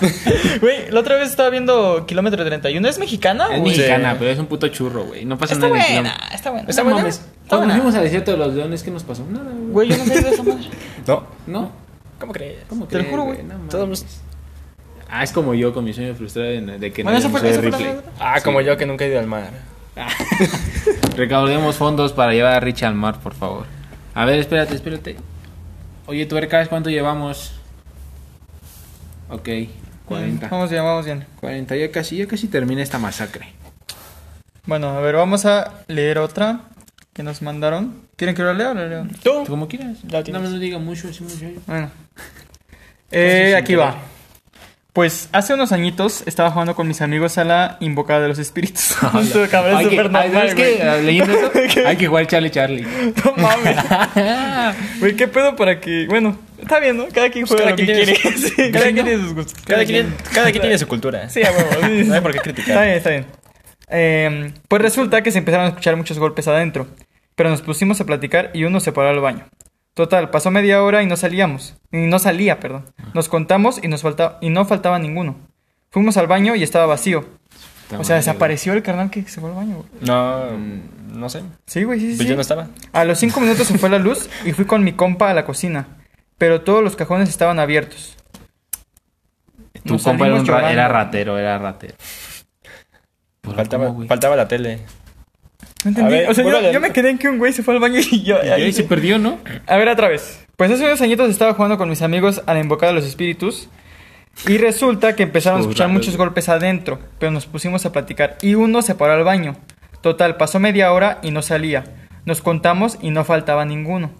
Speaker 3: Güey, la otra vez estaba viendo Kilómetro 31. ¿Es mexicana?
Speaker 1: Es
Speaker 3: Ah, güey?
Speaker 1: mexicana, pero es un puto churro, güey. No pasa
Speaker 3: Está
Speaker 1: nada. en el
Speaker 3: buena,
Speaker 1: kilómetro.
Speaker 3: está buena.
Speaker 1: No mames.
Speaker 3: Está
Speaker 1: Cuando
Speaker 3: buena.
Speaker 1: fuimos al desierto de los leones, ¿qué nos pasó? Nada, güey.
Speaker 3: Güey, yo no sé de esa madre.
Speaker 4: No.
Speaker 1: ¿No?
Speaker 4: ¿Cómo crees?
Speaker 1: ¿Cómo
Speaker 3: Te lo
Speaker 1: crees,
Speaker 3: juro, güey.
Speaker 1: No
Speaker 4: Todos
Speaker 1: mames. Ah, es como yo con mi sueño frustrado de, de que no
Speaker 3: Bueno, esa fue-
Speaker 1: fue,
Speaker 3: esa fue la
Speaker 1: replay.
Speaker 3: otra.
Speaker 4: Ah, como yo que nunca he ido al mar.
Speaker 1: Recaudemos fondos para llevar a Richie al mar, por favor. A ver, espérate, espérate. Oye, tú ¿sabes cuánto llevamos? Ok, 40.
Speaker 3: Vamos bien, vamos bien.
Speaker 1: 40, ya casi, ya casi termina esta masacre.
Speaker 3: Bueno, a ver, vamos a leer otra que nos mandaron. ¿Quieren que la lea o la leo?
Speaker 1: Tú Como quieras.
Speaker 4: Ya
Speaker 1: no
Speaker 4: tienes.
Speaker 1: me lo diga mucho, sí, mucho.
Speaker 3: Bueno. Eh, aquí va. Pues hace unos añitos estaba jugando con mis amigos a la Invocada de los Espíritus. Esto, cabrón,
Speaker 1: Hay
Speaker 3: es
Speaker 1: que,
Speaker 3: súper
Speaker 1: ay,
Speaker 3: normal,
Speaker 1: ¿sabes qué?
Speaker 3: güey.
Speaker 1: Leyendo eso,
Speaker 3: *laughs* ¿Qué?
Speaker 1: hay que jugar Charlie Charlie.
Speaker 3: No mames. Güey, qué pedo para que. Bueno, está bien, ¿no? Cada quien juega
Speaker 4: cada
Speaker 3: lo que
Speaker 4: quien
Speaker 3: quiere. *laughs*
Speaker 4: tiene
Speaker 3: Sí,
Speaker 4: su-
Speaker 3: Cada
Speaker 4: cada
Speaker 3: quien
Speaker 4: quien,
Speaker 3: tiene sus gustos.
Speaker 4: Cada quien, cada quien tiene su cultura.
Speaker 3: Sí, a huevo. sí.
Speaker 4: No hay por qué criticar.
Speaker 3: Está bien, está bien. Eh, pues resulta que se empezaron a escuchar muchos golpes adentro. Pero nos pusimos a platicar y uno se paró al baño. Total, pasó media hora y no salíamos. Y no salía, perdón.
Speaker 4: Ah.
Speaker 3: Nos contamos y, nos falta, y no faltaba ninguno. Fuimos al baño y estaba vacío. O sea, desapareció el carnal que se fue al baño, güey.
Speaker 4: No, no sé.
Speaker 3: Sí, güey, sí, sí,
Speaker 4: Pues
Speaker 3: sí.
Speaker 4: yo no estaba.
Speaker 3: A los cinco minutos se fue la luz y fui con mi compa a la cocina. Pero todos los cajones estaban abiertos.
Speaker 1: Tu
Speaker 3: Nos
Speaker 1: compa era, un
Speaker 3: salimos
Speaker 1: ra-
Speaker 3: llorando.
Speaker 1: era ratero, era ratero. Pues,
Speaker 4: Faltaba,
Speaker 1: ¿cómo, güey?
Speaker 4: faltaba la tele.
Speaker 3: No entendí.
Speaker 4: A ver,
Speaker 3: o sea, yo,
Speaker 4: vuélvale.
Speaker 3: yo me quedé en que un güey se fue al baño y yo...
Speaker 1: Y ahí se perdió, ¿no?
Speaker 3: A ver, otra vez. Pues hace unos añitos estaba jugando con mis amigos a la invocada de los espíritus. Y resulta que empezaron a escuchar
Speaker 1: Órale.
Speaker 3: muchos golpes adentro. Pero nos pusimos a platicar. Y uno se paró al baño. Total, pasó media hora y no salía. Nos contamos y no faltaba ninguno.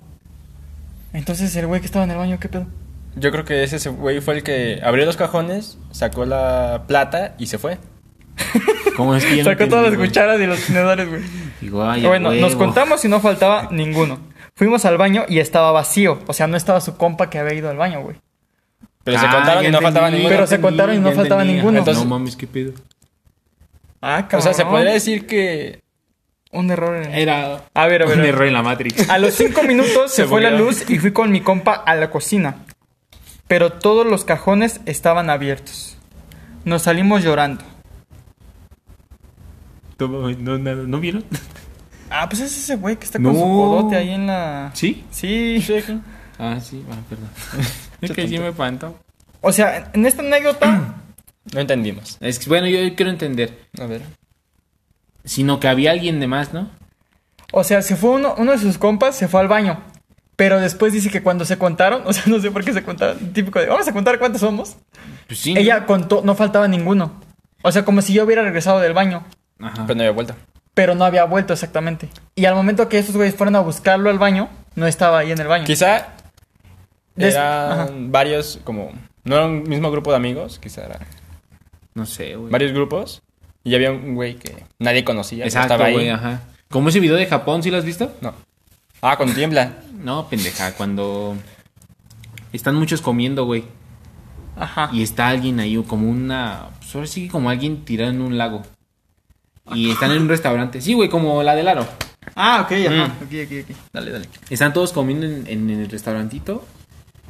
Speaker 3: Entonces, el güey que estaba en el baño, ¿qué pedo?
Speaker 4: Yo creo que ese güey fue el que abrió los cajones, sacó la plata y se fue.
Speaker 1: ¿Cómo es que yo no
Speaker 3: Sacó todas las
Speaker 1: entendí, güey?
Speaker 3: cucharas y los
Speaker 1: *laughs*
Speaker 3: tenedores, güey.
Speaker 1: Digo, ay, a
Speaker 3: Bueno, nos
Speaker 1: huevo.
Speaker 3: contamos y no faltaba ninguno. Fuimos al baño y estaba vacío. O sea, no estaba su compa que había ido al baño, güey.
Speaker 4: Pero se
Speaker 1: Ah,
Speaker 4: contaron
Speaker 1: ya
Speaker 4: y no faltaba
Speaker 1: entendí,
Speaker 4: ninguno.
Speaker 3: Pero
Speaker 1: ya
Speaker 3: se contaron y no
Speaker 1: ya
Speaker 3: faltaba
Speaker 1: entendí.
Speaker 3: ninguno.
Speaker 1: Entonces-
Speaker 4: No
Speaker 1: no mames, qué pedo.
Speaker 3: Ah,
Speaker 4: O
Speaker 3: cabrón.
Speaker 4: sea, se podría decir que
Speaker 3: Un error en
Speaker 1: Era
Speaker 3: A ver, a ver.
Speaker 1: un
Speaker 3: a ver.
Speaker 1: error en la Matrix.
Speaker 3: A los cinco minutos se,
Speaker 4: Se
Speaker 3: fue la
Speaker 4: bugueó.
Speaker 3: luz y fui con mi compa a la cocina. Pero todos los cajones estaban abiertos. Nos salimos llorando.
Speaker 1: No, mames, no, nada, ¿no vieron?
Speaker 3: Ah, pues es ese güey que está
Speaker 1: No.
Speaker 3: con su codote ahí en la.
Speaker 1: ¿Sí?
Speaker 3: Sí.
Speaker 1: Ah, sí, ah,
Speaker 3: *laughs*
Speaker 1: perdón. es que sí me espantó.
Speaker 3: O sea, en esta anécdota.
Speaker 4: no entendimos.
Speaker 1: Es que, bueno, yo quiero entender.
Speaker 4: A ver.
Speaker 1: Sino que había alguien de más, ¿no?
Speaker 3: o sea, se fue uno, uno de sus compas, se fue al baño. Pero después dice que cuando se contaron, *laughs* o sea, no sé por qué se contaron. Típico de, vamos a contar cuántos somos.
Speaker 1: Pues sí.
Speaker 3: Ella contó, no faltaba ninguno. O sea, como si yo hubiera regresado del baño.
Speaker 1: Ajá.
Speaker 4: Pero no había vuelta.
Speaker 3: pero no había vuelto exactamente. Y al momento que estos güeyes fueron a buscarlo al baño, no estaba ahí en el baño.
Speaker 4: Quizá
Speaker 3: Des-
Speaker 4: eran
Speaker 3: Ajá.
Speaker 4: varios, como. No era un mismo grupo de amigos, quizá eran
Speaker 1: No sé, güey.
Speaker 4: varios grupos. Y había un güey que nadie conocía. que
Speaker 1: Exacto,
Speaker 4: estaba ahí.
Speaker 1: güey, ajá. Como ese video de Japón, ¿sí lo has visto?
Speaker 4: No. Ah, cuando tiembla.
Speaker 1: No, pendeja, cuando están muchos comiendo, güey.
Speaker 3: Ajá.
Speaker 1: Y está alguien ahí, o como una. Pues ahora sí, que como alguien tirado en un lago. Y están en un restaurante. Sí, güey, como la del aro.
Speaker 3: Ah, ok, ajá.
Speaker 4: Mm.
Speaker 3: Aquí, aquí, aquí.
Speaker 4: Dale, dale.
Speaker 1: Están todos comiendo en, en el restaurantito.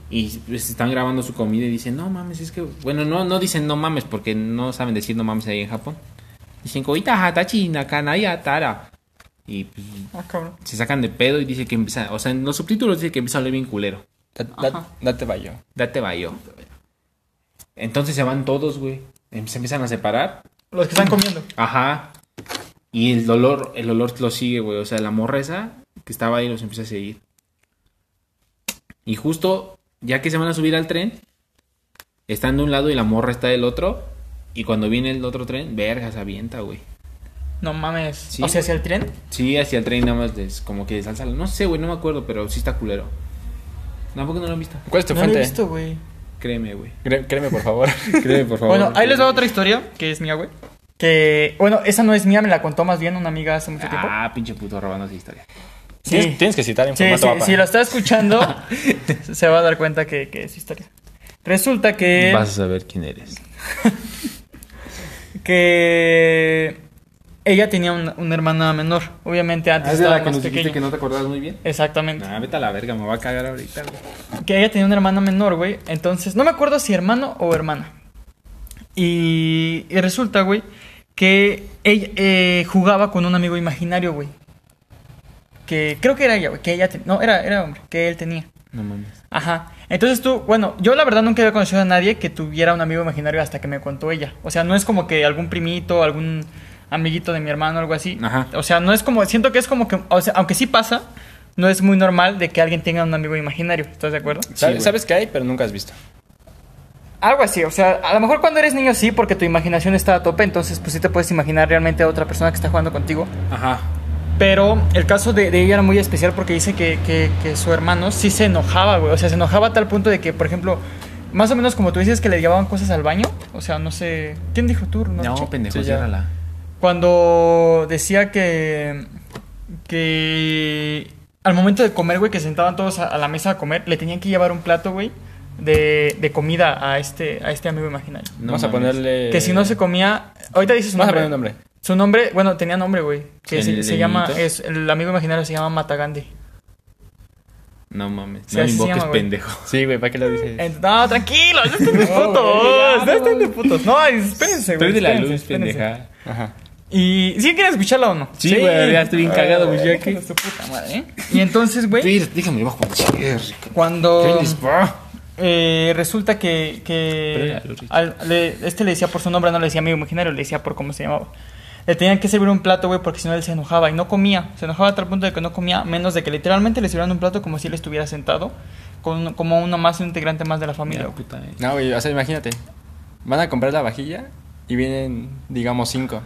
Speaker 1: Y pues, están grabando su comida y dicen, no mames, es que. Bueno, no, no dicen no mames porque no saben decir no mames ahí en Japón. Dicen, koita hatachi nakanaya tara. Y pues,
Speaker 3: Ah, cabrón.
Speaker 1: se sacan de pedo y dice que empieza. O sea, en los subtítulos dice que empieza a hablar bien culero.
Speaker 4: Da- da- date bayo.
Speaker 1: Date bayo. Entonces se van todos, güey. Em- Se empiezan a separar.
Speaker 3: Los que están comiendo.
Speaker 1: Ajá. Y el dolor, el olor lo sigue, güey. O sea, la morra esa que estaba ahí los empieza a seguir. Y justo, ya que se van a subir al tren, están de un lado y la morra está del otro. Y cuando viene el otro tren, vergas, avienta, güey.
Speaker 3: No mames.
Speaker 1: Sí,
Speaker 3: o
Speaker 1: güey.
Speaker 3: sea, hacia el tren.
Speaker 1: Sí, hacia el tren nada más les- como que salsa. No sé, güey, no me acuerdo, pero sí está culero. Tampoco no lo han visto.
Speaker 4: ¿Cuál es tu
Speaker 3: No lo he
Speaker 4: fuente?
Speaker 3: visto, güey.
Speaker 1: Créeme, güey.
Speaker 4: Cré- Créeme,
Speaker 3: *laughs*
Speaker 4: por favor.
Speaker 1: Créeme,
Speaker 4: Oh,
Speaker 1: por favor.
Speaker 3: Bueno, ahí les va otra historia que es mía, güey. Que, bueno, esa no es mía, me la contó más bien una amiga hace mucho tiempo.
Speaker 1: Ah, pinche puto robando esa historia.
Speaker 4: Tienes, tienes que citar en
Speaker 3: Sí,
Speaker 4: formato
Speaker 3: sí,
Speaker 4: APA.
Speaker 3: si lo está escuchando,
Speaker 4: *laughs*
Speaker 3: se va a dar cuenta que, que es historia. Resulta que.
Speaker 1: Vas a saber quién eres.
Speaker 3: que ella tenía una, una hermana menor. Obviamente
Speaker 1: Ah,
Speaker 3: antes estaba más pequeña.
Speaker 1: te acordabas muy bien?
Speaker 3: Exactamente.
Speaker 1: Nah, Ah, vete a la verga, me va a cagar ahorita. güey.
Speaker 3: Que ella tenía una hermana menor, güey. Entonces, no me acuerdo si hermano o hermana. Y, y resulta, güey, que ella eh, jugaba con un amigo imaginario, güey. Que creo que era ella, güey. Que ella ten- No, era, era hombre. Que él tenía.
Speaker 1: No mames.
Speaker 3: Ajá. Entonces tú, bueno, yo la verdad nunca había conocido a nadie que tuviera un amigo imaginario hasta que me contó ella. O sea, no es como que algún primito, algún amiguito de mi hermano, algo así.
Speaker 1: Ajá.
Speaker 3: O sea, no es como, siento que es como que, o sea, aunque sí pasa, no es muy normal de que alguien tenga un amigo imaginario. ¿Estás de acuerdo?
Speaker 1: Sí,
Speaker 4: Sabes,
Speaker 1: güey.
Speaker 4: sabes que hay, pero nunca has visto.
Speaker 3: Algo así, o sea, a lo mejor cuando eres niño sí, porque tu imaginación está a tope, entonces pues sí te puedes imaginar realmente a otra persona que está jugando contigo.
Speaker 1: Ajá.
Speaker 3: Pero el caso de, de ella era muy especial porque dice que, que- que su hermano sí se enojaba, güey. O sea, se enojaba a tal punto de que, por ejemplo, Más o menos como tú dices que le llevaban cosas al baño. O sea, no sé. ¿Quién dijo tú?
Speaker 1: No,
Speaker 3: Che-
Speaker 1: pendejo,
Speaker 4: Sí, ya.
Speaker 1: ciérrala.
Speaker 3: Cuando decía que. Que. Al momento de comer, güey, que sentaban todos a, a la mesa a comer, le tenían que llevar un plato, güey, de, de comida a este, a este amigo imaginario.
Speaker 1: No
Speaker 4: Vamos a
Speaker 1: mames.
Speaker 4: ponerle.
Speaker 3: Que si no se comía. Ahorita dices su
Speaker 4: Vamos a
Speaker 3: nombre.
Speaker 4: poner un nombre.
Speaker 3: Su nombre, bueno, tenía nombre, güey. Que
Speaker 4: ¿El-
Speaker 3: se,
Speaker 4: el
Speaker 3: se llama.
Speaker 4: niñito?
Speaker 3: Es, el amigo imaginario se llama Matagande.
Speaker 1: No mames.
Speaker 3: Sí,
Speaker 1: no lo
Speaker 3: así se
Speaker 1: invoques,
Speaker 3: llama, güey.
Speaker 1: pendejo.
Speaker 4: Sí, güey, ¿para qué lo dices?
Speaker 3: Ent- No, tranquilo, no estén
Speaker 4: *laughs*
Speaker 3: de putos.
Speaker 4: güey, Oh, ya,
Speaker 3: No
Speaker 4: no,
Speaker 3: estén de putos. No, espérense, güey.
Speaker 1: Estoy de la
Speaker 3: espérense,
Speaker 1: luz,
Speaker 3: espérense.
Speaker 1: pendeja.
Speaker 4: Ajá.
Speaker 3: Y si quieren escucharla o no.
Speaker 1: Sí, güey, ya estoy bien
Speaker 4: Ah,
Speaker 1: cagado, pues ya que.
Speaker 3: Su puta madre, ¿eh? Y entonces, güey,
Speaker 1: Fir, Déjame bajo. Fir.
Speaker 3: cuando
Speaker 1: Fir, bro.
Speaker 3: eh, resulta que, que
Speaker 1: Pero ya,
Speaker 3: al- le- este le decía por su nombre, no le decía amigo imaginario, le decía por cómo se llamaba. Le tenían que servir un plato, güey, porque si no él se enojaba y no comía. Se enojaba a tal punto de que no comía, menos de que literalmente le sirvieran un plato como si él estuviera sentado, con, como uno más, un integrante más de la familia.
Speaker 1: Mira,
Speaker 3: güey.
Speaker 1: puta, eh.
Speaker 4: No, güey, o sea, imagínate. Van a comprar la vajilla y vienen, digamos, cinco.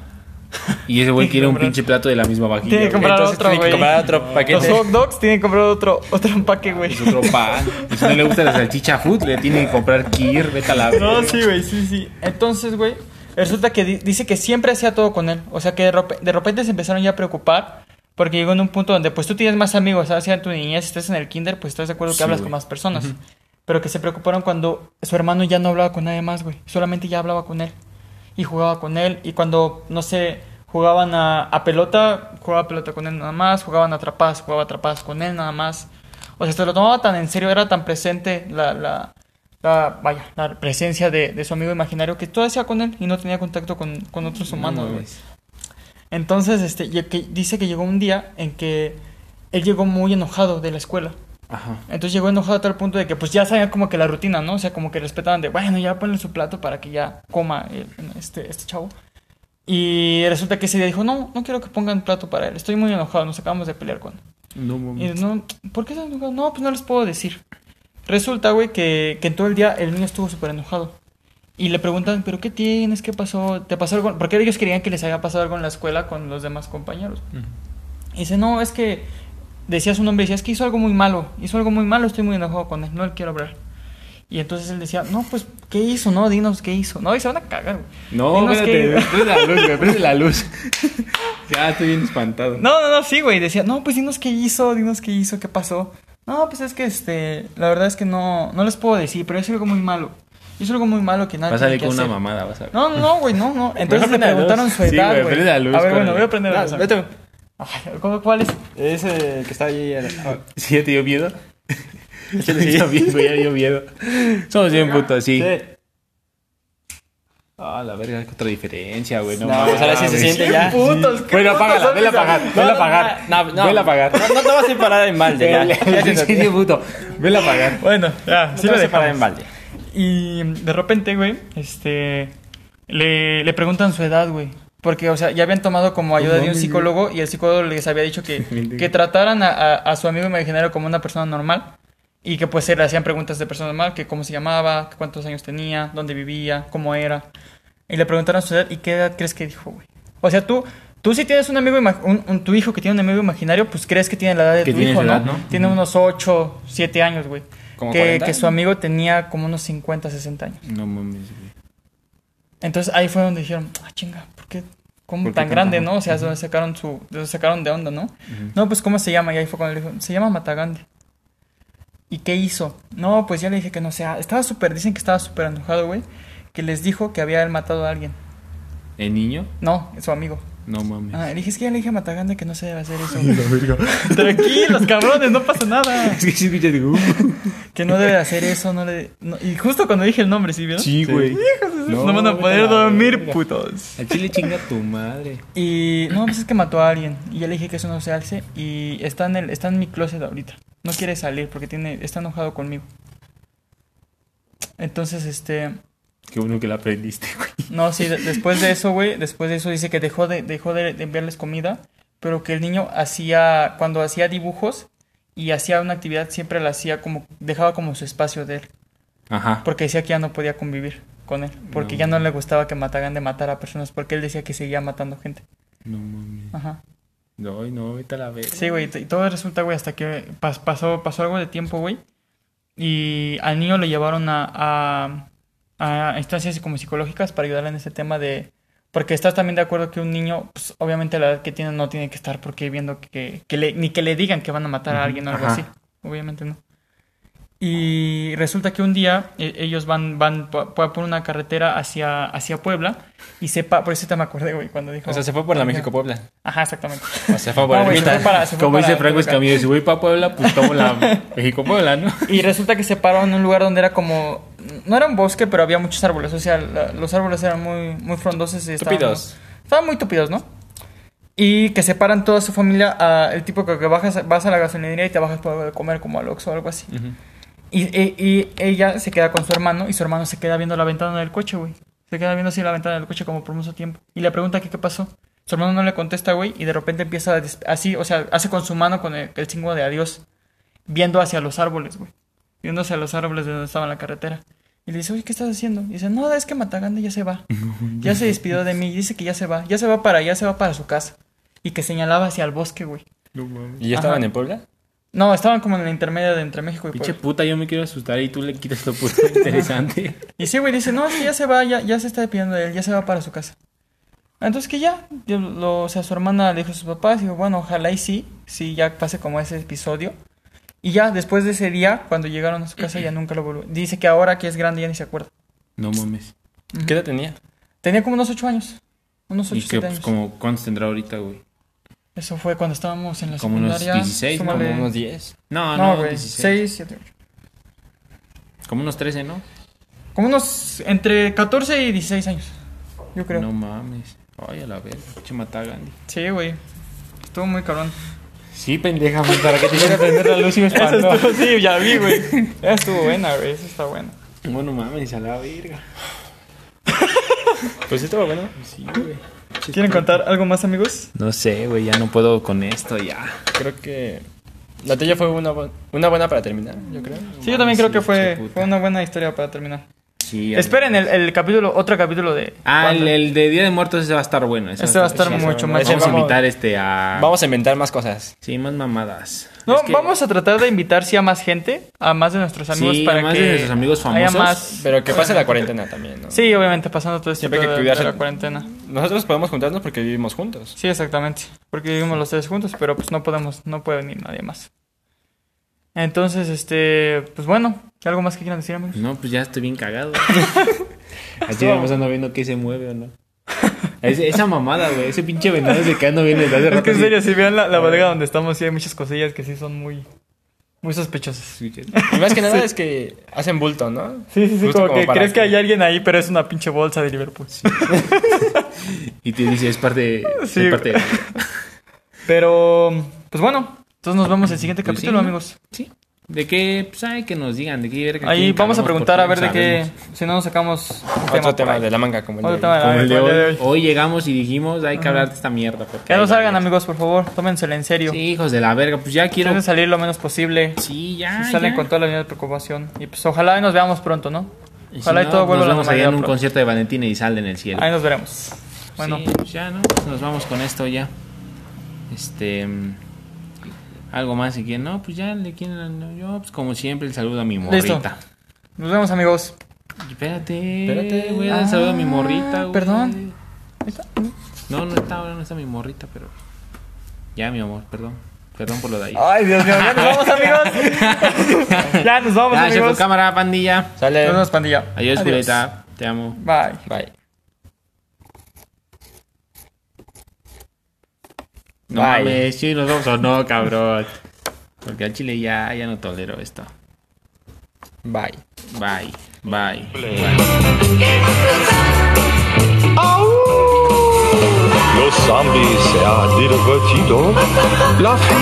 Speaker 1: Y ese güey
Speaker 3: Tiene que
Speaker 1: quiere un
Speaker 3: comprar-
Speaker 1: pinche plato de la misma
Speaker 3: Tiene
Speaker 1: vajilla.
Speaker 3: que comprar
Speaker 4: Entonces
Speaker 3: otro,
Speaker 4: tienen que
Speaker 3: güey.
Speaker 4: comprar otro
Speaker 1: pues,
Speaker 3: Los
Speaker 4: paquete.
Speaker 3: hot dogs tienen que comprar otro, otro empaque, güey.
Speaker 1: Es Ah, pues otro pan. Y si no le gusta la salchicha food, le tiene que comprar Kir, vete a la
Speaker 3: No,
Speaker 1: verga.
Speaker 3: sí, güey, sí, sí. Entonces, güey, resulta que di- dice que siempre hacía todo con él. O sea, que de, rope- de repente se empezaron ya a preocupar porque llegó en un punto donde, pues, tú tienes más amigos, ¿sabes? Ya en tu niñez, si estás en el kinder, pues, estás de acuerdo que
Speaker 1: Sí,
Speaker 3: hablas
Speaker 1: güey.
Speaker 3: con más personas. Pero que se preocuparon cuando su hermano ya no hablaba con nadie más, güey. Solamente ya hablaba con él. Y jugaba con él. Y cuando, no sé, jugaban a, a pelota, jugaba pelota con él nada más. Jugaban a atrapadas, jugaba atrapadas con él nada más. O sea, se lo tomaba tan en serio, era tan presente la, la, la- vaya, la presencia de, de su amigo imaginario que todo hacía con él y no tenía contacto con, con otros humanos, güey.
Speaker 1: mames.
Speaker 3: Entonces, este, y que dice que llegó un día en que él llegó muy enojado de la escuela.
Speaker 1: Ajá.
Speaker 3: Entonces llegó enojado a tal punto de que pues ya sabían como que la rutina, ¿no? O sea, como que respetaban de, bueno, ya ponle su plato para que ya coma eh, este, este chavo. Y resulta que ese día dijo, no, no quiero que pongan plato para él, estoy muy enojado, nos acabamos de pelear con él.
Speaker 1: No
Speaker 3: Y
Speaker 1: mames.
Speaker 3: no, ¿por qué están enojados? No, pues no les puedo decir. Resulta, güey, que, que en todo el día el niño estuvo súper enojado. Y le preguntan, ¿pero qué tienes? ¿Qué pasó? ¿Te pasó algo? Porque ellos creían que les había pasado algo en la escuela con los demás compañeros. Y dice, no, es que decía su nombre, decía, es que hizo algo muy malo, hizo algo muy malo, estoy muy enojado con él, no le quiero hablar. Y entonces él decía, no, pues, ¿qué hizo? No, dinos qué hizo. No, y se van a cagar, güey.
Speaker 1: No,
Speaker 3: Dinos qué-
Speaker 1: espérate. Prende la luz, güey. Prende la luz. *laughs* Ya estoy bien espantado.
Speaker 3: No, no, no, sí, güey. Decía, no, pues dinos qué hizo, dinos qué hizo, qué pasó. No, pues es que este, la verdad es que no, no les puedo decir, pero es algo muy malo. Es algo muy malo que nadie.
Speaker 1: Vas a salir
Speaker 3: tiene
Speaker 1: con
Speaker 3: que
Speaker 1: una
Speaker 3: hacer.
Speaker 1: mamada, vas a ver.
Speaker 3: No, no, no, güey, no, no. Entonces le
Speaker 4: prende la luz.
Speaker 3: preguntaron su
Speaker 4: Sí,
Speaker 3: edad,
Speaker 1: güey,
Speaker 3: güey.
Speaker 1: prende la luz,
Speaker 3: A ver,
Speaker 1: córrele.
Speaker 3: bueno, voy a prender la luz. a ver.
Speaker 4: Vete.
Speaker 3: Ay, ¿cómo- ¿Cuál es?
Speaker 4: Ese que está ahí. al- ah,
Speaker 1: ¿Sí ya te dio
Speaker 3: *laughs*
Speaker 1: miedo? Ya te
Speaker 4: Sí.
Speaker 1: dio miedo, ya dio miedo. Somos bien putos, sí.
Speaker 4: Sí.
Speaker 1: Ah, la verga, qué otra diferencia, güey. No,
Speaker 4: No, pues ahora sí se
Speaker 1: mames.
Speaker 4: siente ya.
Speaker 3: Putos, qué
Speaker 1: Bueno,
Speaker 3: putos
Speaker 1: apágala,
Speaker 3: son
Speaker 1: vela a
Speaker 3: mis
Speaker 1: apagar,
Speaker 3: amigos.
Speaker 1: vela a
Speaker 3: No, no,
Speaker 1: apagar.
Speaker 4: No, no.
Speaker 1: Vela a apagar.
Speaker 4: No, no te vas a ir parar en balde. ya. Ya te-
Speaker 1: El suicidio puto. Vela a apagar.
Speaker 3: Bueno, ya,
Speaker 4: No
Speaker 3: sí
Speaker 4: te
Speaker 3: lo
Speaker 4: vas a parar en
Speaker 3: dejamos.
Speaker 4: balde.
Speaker 3: Y mm, de repente, güey, este. Le, le preguntan su edad, güey. Porque, o sea, ya habían tomado como ayuda de un psicólogo y el psicólogo les había
Speaker 1: *laughs*
Speaker 3: dicho que, que trataran a, a- a su amigo imaginario como una persona normal y que pues se le hacían preguntas de persona normal, que cómo se llamaba, que cuántos años tenía, dónde vivía, cómo era. Y le preguntaron su edad y qué edad crees que dijo, güey. O sea, tú, tú si tienes un amigo, ima- un, un- tu hijo que tiene un amigo imaginario, pues crees que tiene la edad de
Speaker 1: Que
Speaker 3: tu
Speaker 1: tiene
Speaker 3: hijo,
Speaker 1: su
Speaker 3: ¿no?
Speaker 1: edad, ¿no?
Speaker 3: Tiene unos 8, 7 años, güey.
Speaker 4: ¿Como
Speaker 3: Que,
Speaker 4: 40?
Speaker 3: que su amigo tenía como unos 50, 60 años.
Speaker 1: No mames, güey.
Speaker 3: Entonces ahí fue donde dijeron, ah, chinga, ¿por qué? ¿Cómo
Speaker 1: ¿Por qué
Speaker 3: tan
Speaker 1: tanto?
Speaker 3: grande, no? O sea, es donde sacaron su, de donde sacaron de onda, ¿no? No, pues ¿cómo se llama? Y ahí fue cuando le dijo, se llama Matagande. ¿Y qué hizo? No, pues ya le dije que no sea. Estaba súper, dicen que estaba súper enojado, güey. Que les dijo que había él matado a alguien.
Speaker 1: ¿El niño?
Speaker 3: No, su amigo.
Speaker 1: No mames.
Speaker 3: Ah, le dije, es que ya le dije a Matagande que no se debe hacer
Speaker 1: *laughs*
Speaker 3: eso. *laughs* Tranquilos, cabrones, no pasa nada.
Speaker 1: Es que sí, escuchas, digo, uh,
Speaker 3: Que no debe hacer eso, no le... no- Y justo cuando dije el nombre, ¿sí vieron?
Speaker 1: Sí, güey.
Speaker 3: No,
Speaker 1: No,
Speaker 3: van a
Speaker 1: vete
Speaker 3: poder
Speaker 1: a la
Speaker 3: dormir,
Speaker 1: verga.
Speaker 3: putos.
Speaker 1: Al chile chinga tu madre.
Speaker 3: Y no, pues es que mató a alguien. Y ya le dije que eso no se hace. Y está en, el, está en mi closet ahorita. No quiere salir porque tiene, está enojado conmigo. Entonces, este.
Speaker 1: Qué bueno que la aprendiste, güey.
Speaker 3: No, sí, de- después de eso, güey. Después de eso dice que dejó de, dejó de, de enviarles comida. Pero que el niño hacía. Cuando hacía dibujos y hacía una actividad, siempre la hacía como. Dejaba como su espacio de él.
Speaker 1: Ajá.
Speaker 3: Porque decía que ya no podía convivir con él. Porque
Speaker 1: No.
Speaker 3: ya no le gustaba que mataran de matar a personas. Porque él decía que seguía matando gente.
Speaker 1: No mames.
Speaker 3: Ajá.
Speaker 1: No, ay, no, vete a la verga.
Speaker 3: Sí, güey, y todo resulta, güey, hasta que pas- pasó, pasó algo de tiempo, güey. Y al niño lo llevaron a, a- a instancias como psicológicas para ayudarle en ese tema de... Porque estás también de acuerdo que un niño, pues, obviamente la edad que tiene no tiene que estar porque viendo que, que le- ni que le digan que van a matar a alguien o algo
Speaker 1: Ajá.
Speaker 3: así. Obviamente no. Y resulta que un día eh, ellos van, van pa- pa- por una carretera hacia, hacia Puebla y sepa, por eso te me acordé, güey, cuando dijo...
Speaker 4: O sea, se fue por la México Puebla.
Speaker 3: Ajá, exactamente.
Speaker 4: O se fue por
Speaker 3: No,
Speaker 4: el
Speaker 3: güey, se fue
Speaker 4: Ermita.
Speaker 3: para- se fue
Speaker 1: Como
Speaker 3: para
Speaker 1: dice Franco
Speaker 3: Toluca.
Speaker 1: Escamillo, si voy para Puebla, pues tomo
Speaker 3: *laughs*
Speaker 1: la México Puebla, ¿no?
Speaker 3: Y resulta que se paró en un lugar donde era como. No era un bosque, pero había muchos árboles. O sea, la- los árboles eran muy, muy frondosos y estaban.
Speaker 4: Tupidos.
Speaker 3: Estaban muy tupidos, ¿no? Y que separan toda su familia. a- el tipo que, que bajas, vas a la gasolinería y te bajas por algo de comer, como al Oxxo o algo así. y, y- y ella se queda con su hermano y su hermano se queda viendo la ventana del coche, güey. Se queda viendo así la ventana del coche como por mucho tiempo. Y le pregunta que qué pasó. Su hermano no le contesta, güey, y de repente empieza a des- así, o sea, hace con su mano con el, el signo de adiós viendo hacia los árboles, güey. Viendo hacia los árboles de donde estaba la carretera. Y le dice, oye, ¿qué estás haciendo? Y dice, no, es que Mataganda ya se va. Ya se despidió de mí. Y dice que ya se va. Ya se va para allá, se va para su casa. Y que señalaba hacia el bosque, güey.
Speaker 4: ¿Y ya estaban
Speaker 3: Ajá.
Speaker 4: en Puebla?
Speaker 3: No, estaban como en la intermedia de entre México y
Speaker 1: Pinche
Speaker 3: Puebla.
Speaker 1: puta, yo me quiero asustar y tú le quitas lo puto *laughs* interesante.
Speaker 3: Y sí, güey, dice, no, es que ya se va, ya, ya se está despidiendo de él, ya se va para su casa. Entonces que ya, yo lo, o sea, su hermana le dijo a sus papás, y dijo, bueno, ojalá y sí, sí, ya pase como ese episodio. Y ya, después de ese día, cuando llegaron a su casa, ya nunca lo volvió. Dice que ahora que es grande ya ni se acuerda.
Speaker 1: No mames.
Speaker 4: ¿Qué edad tenía?
Speaker 3: Tenía como unos ocho años. Unos
Speaker 1: Y
Speaker 3: ocho,
Speaker 1: que,
Speaker 3: siete
Speaker 1: pues,
Speaker 3: años.
Speaker 1: como, ¿cuántos tendrá ahorita, güey?
Speaker 3: Eso fue cuando estábamos en la
Speaker 1: Como unos
Speaker 3: secundaria.
Speaker 1: 16, ¿no?
Speaker 4: Como
Speaker 3: súmale-
Speaker 1: *laughs*
Speaker 4: unos 10.
Speaker 1: No, Ah, no,
Speaker 3: No, güey,
Speaker 1: 16.
Speaker 3: seis, siete, ocho.
Speaker 1: Como unos 13, ¿no?
Speaker 3: Como unos entre 14 y 16 años, yo creo.
Speaker 1: No mames. Ay, a la verga. Pinche mata Gandhi.
Speaker 3: Sí, güey. Estuvo muy cabrón.
Speaker 1: Sí, pendeja, güey, para que te llegue a prender la luz y me espantó.
Speaker 3: sí, ya vi, güey. Esa estuvo buena, güey. Esa está buena.
Speaker 1: *laughs* Bueno, mames, a la verga.
Speaker 4: Pues sí, estaba bueno.
Speaker 1: Sí, güey.
Speaker 3: ¿Quieren contar algo más, amigos?
Speaker 1: No sé, güey, ya no puedo con esto, ya.
Speaker 4: Creo que. La tuya fue una, bu- una buena para terminar, yo creo.
Speaker 3: Sí, yo también creo que
Speaker 1: Sí,
Speaker 3: fue,
Speaker 1: puta.
Speaker 3: fue una buena historia para terminar.
Speaker 1: Sí, ya.
Speaker 3: Esperen el, el capítulo, otro capítulo de...
Speaker 1: Ah, el,
Speaker 3: ¿Cuándo?
Speaker 1: el de Día de Muertos ese va a estar bueno. ese
Speaker 3: Este va a estar
Speaker 1: chido.
Speaker 3: mucho más
Speaker 1: Vamos
Speaker 4: chido.
Speaker 1: a invitar este a...
Speaker 4: Vamos a inventar más cosas.
Speaker 1: Sí, más mamadas.
Speaker 3: No,
Speaker 1: Es que-
Speaker 3: vamos a tratar de invitar sí a más gente, a más de nuestros amigos
Speaker 1: Sí,
Speaker 3: para
Speaker 1: a más
Speaker 3: que
Speaker 1: de nuestros amigos
Speaker 3: haya
Speaker 1: famosos.
Speaker 3: más.
Speaker 4: Pero que pase la cuarentena también, ¿no?
Speaker 3: Sí, obviamente pasando todo esto
Speaker 4: Siempre hay que
Speaker 3: de- de
Speaker 4: cuidarse.
Speaker 3: la cuarentena.
Speaker 4: Nosotros podemos juntarnos porque vivimos juntos.
Speaker 3: Sí, exactamente, porque vivimos los tres juntos, pero pues no podemos, no puede venir nadie más. Entonces, este, pues bueno, ¿algo más que quieran decir, amigos?
Speaker 1: No, pues ya estoy bien *laughs* cagado. Así vamos andando viendo qué se mueve o no. Es- esa mamada, güey. Ese pinche venado se quedando bien desde hace
Speaker 3: Es que
Speaker 1: rato.
Speaker 3: en serio, si vean la, la bodega donde estamos, sí hay muchas cosillas que sí son muy, muy sospechosas.
Speaker 1: así.
Speaker 4: Y más que nada es que hacen bulto, ¿no?
Speaker 3: Sí, sí, sí,
Speaker 4: Justo
Speaker 3: como, que
Speaker 4: para
Speaker 3: crees que hay alguien ahí, pero es una pinche bolsa de Liverpool.
Speaker 1: Y te dice, es parte...
Speaker 3: Sí,
Speaker 1: es parte de-
Speaker 3: Pero, pues bueno, entonces nos vemos en el siguiente
Speaker 1: Pues sí,
Speaker 3: capítulo,
Speaker 1: ¿no?
Speaker 3: amigos.
Speaker 1: Sí. De qué... Pues ay, que nos digan. De qué verga
Speaker 3: Ahí
Speaker 1: quieren que
Speaker 3: vamos a
Speaker 1: hablemos,
Speaker 3: preguntar a ver
Speaker 1: porque
Speaker 3: de
Speaker 1: no
Speaker 3: qué,
Speaker 1: sabemos.
Speaker 3: si no nos sacamos un
Speaker 4: Otro
Speaker 3: por
Speaker 4: tema
Speaker 3: ahí.
Speaker 4: de la manga, como el
Speaker 3: Otro
Speaker 4: de-
Speaker 3: tema de la-
Speaker 1: Como el de
Speaker 3: el día de
Speaker 1: hoy.
Speaker 3: hoy.
Speaker 1: Hoy llegamos y dijimos, hay que hablar de esta mierda. Porque
Speaker 3: Que
Speaker 1: hay
Speaker 3: no salgan,
Speaker 1: varias.
Speaker 3: amigos, por favor, tómenselo en serio.
Speaker 1: Sí, hijos de la verga. Pues ya quiero...
Speaker 3: Traten de salir lo menos posible.
Speaker 1: Sí, ya,
Speaker 3: Y salen
Speaker 1: ya.
Speaker 3: con toda la línea de preocupación. Y pues ojalá y nos veamos pronto, ¿no?
Speaker 1: Y si
Speaker 3: Ojalá y
Speaker 1: no,
Speaker 3: todo vuelva a la
Speaker 1: Nos vemos allá
Speaker 3: normalidad
Speaker 1: en un
Speaker 3: pronto.
Speaker 1: concierto de Valentina y sal en el cielo.
Speaker 3: Ahí nos veremos. Bueno,
Speaker 1: Bueno, pues ya no, nos vamos con esto ya. Este mm, algo más si quieren, no, pues ya le quieren no, yo pues como siempre el saludo a mi
Speaker 3: Listo.
Speaker 1: morrita.
Speaker 3: nos vemos, amigos.
Speaker 1: Espérate,
Speaker 4: Espérate.
Speaker 1: güey, el saludo a mi morrita, güey.
Speaker 3: perdón.
Speaker 1: No, no está ahora, no está mi morrita, pero ya mi amor, perdón. Perdón por lo de ahí.
Speaker 3: Ay, Dios mío, *laughs* ya nos vamos, amigos. ya
Speaker 1: Gracias
Speaker 3: nos vamos,
Speaker 1: por
Speaker 3: amigos. Nos
Speaker 1: cámara, pandilla.
Speaker 4: Sale.
Speaker 3: vemos, pandilla.
Speaker 1: Adiós, Julieta. Te amo.
Speaker 3: Bye.
Speaker 4: Bye.
Speaker 1: No
Speaker 4: Bye.
Speaker 1: mames, sí, nos vamos o no, cabrón. Porque al chile ya, ya no tolero esto.
Speaker 4: Bye.
Speaker 1: Bye, bye.
Speaker 2: Le samedi, c'est à dire petit, La fille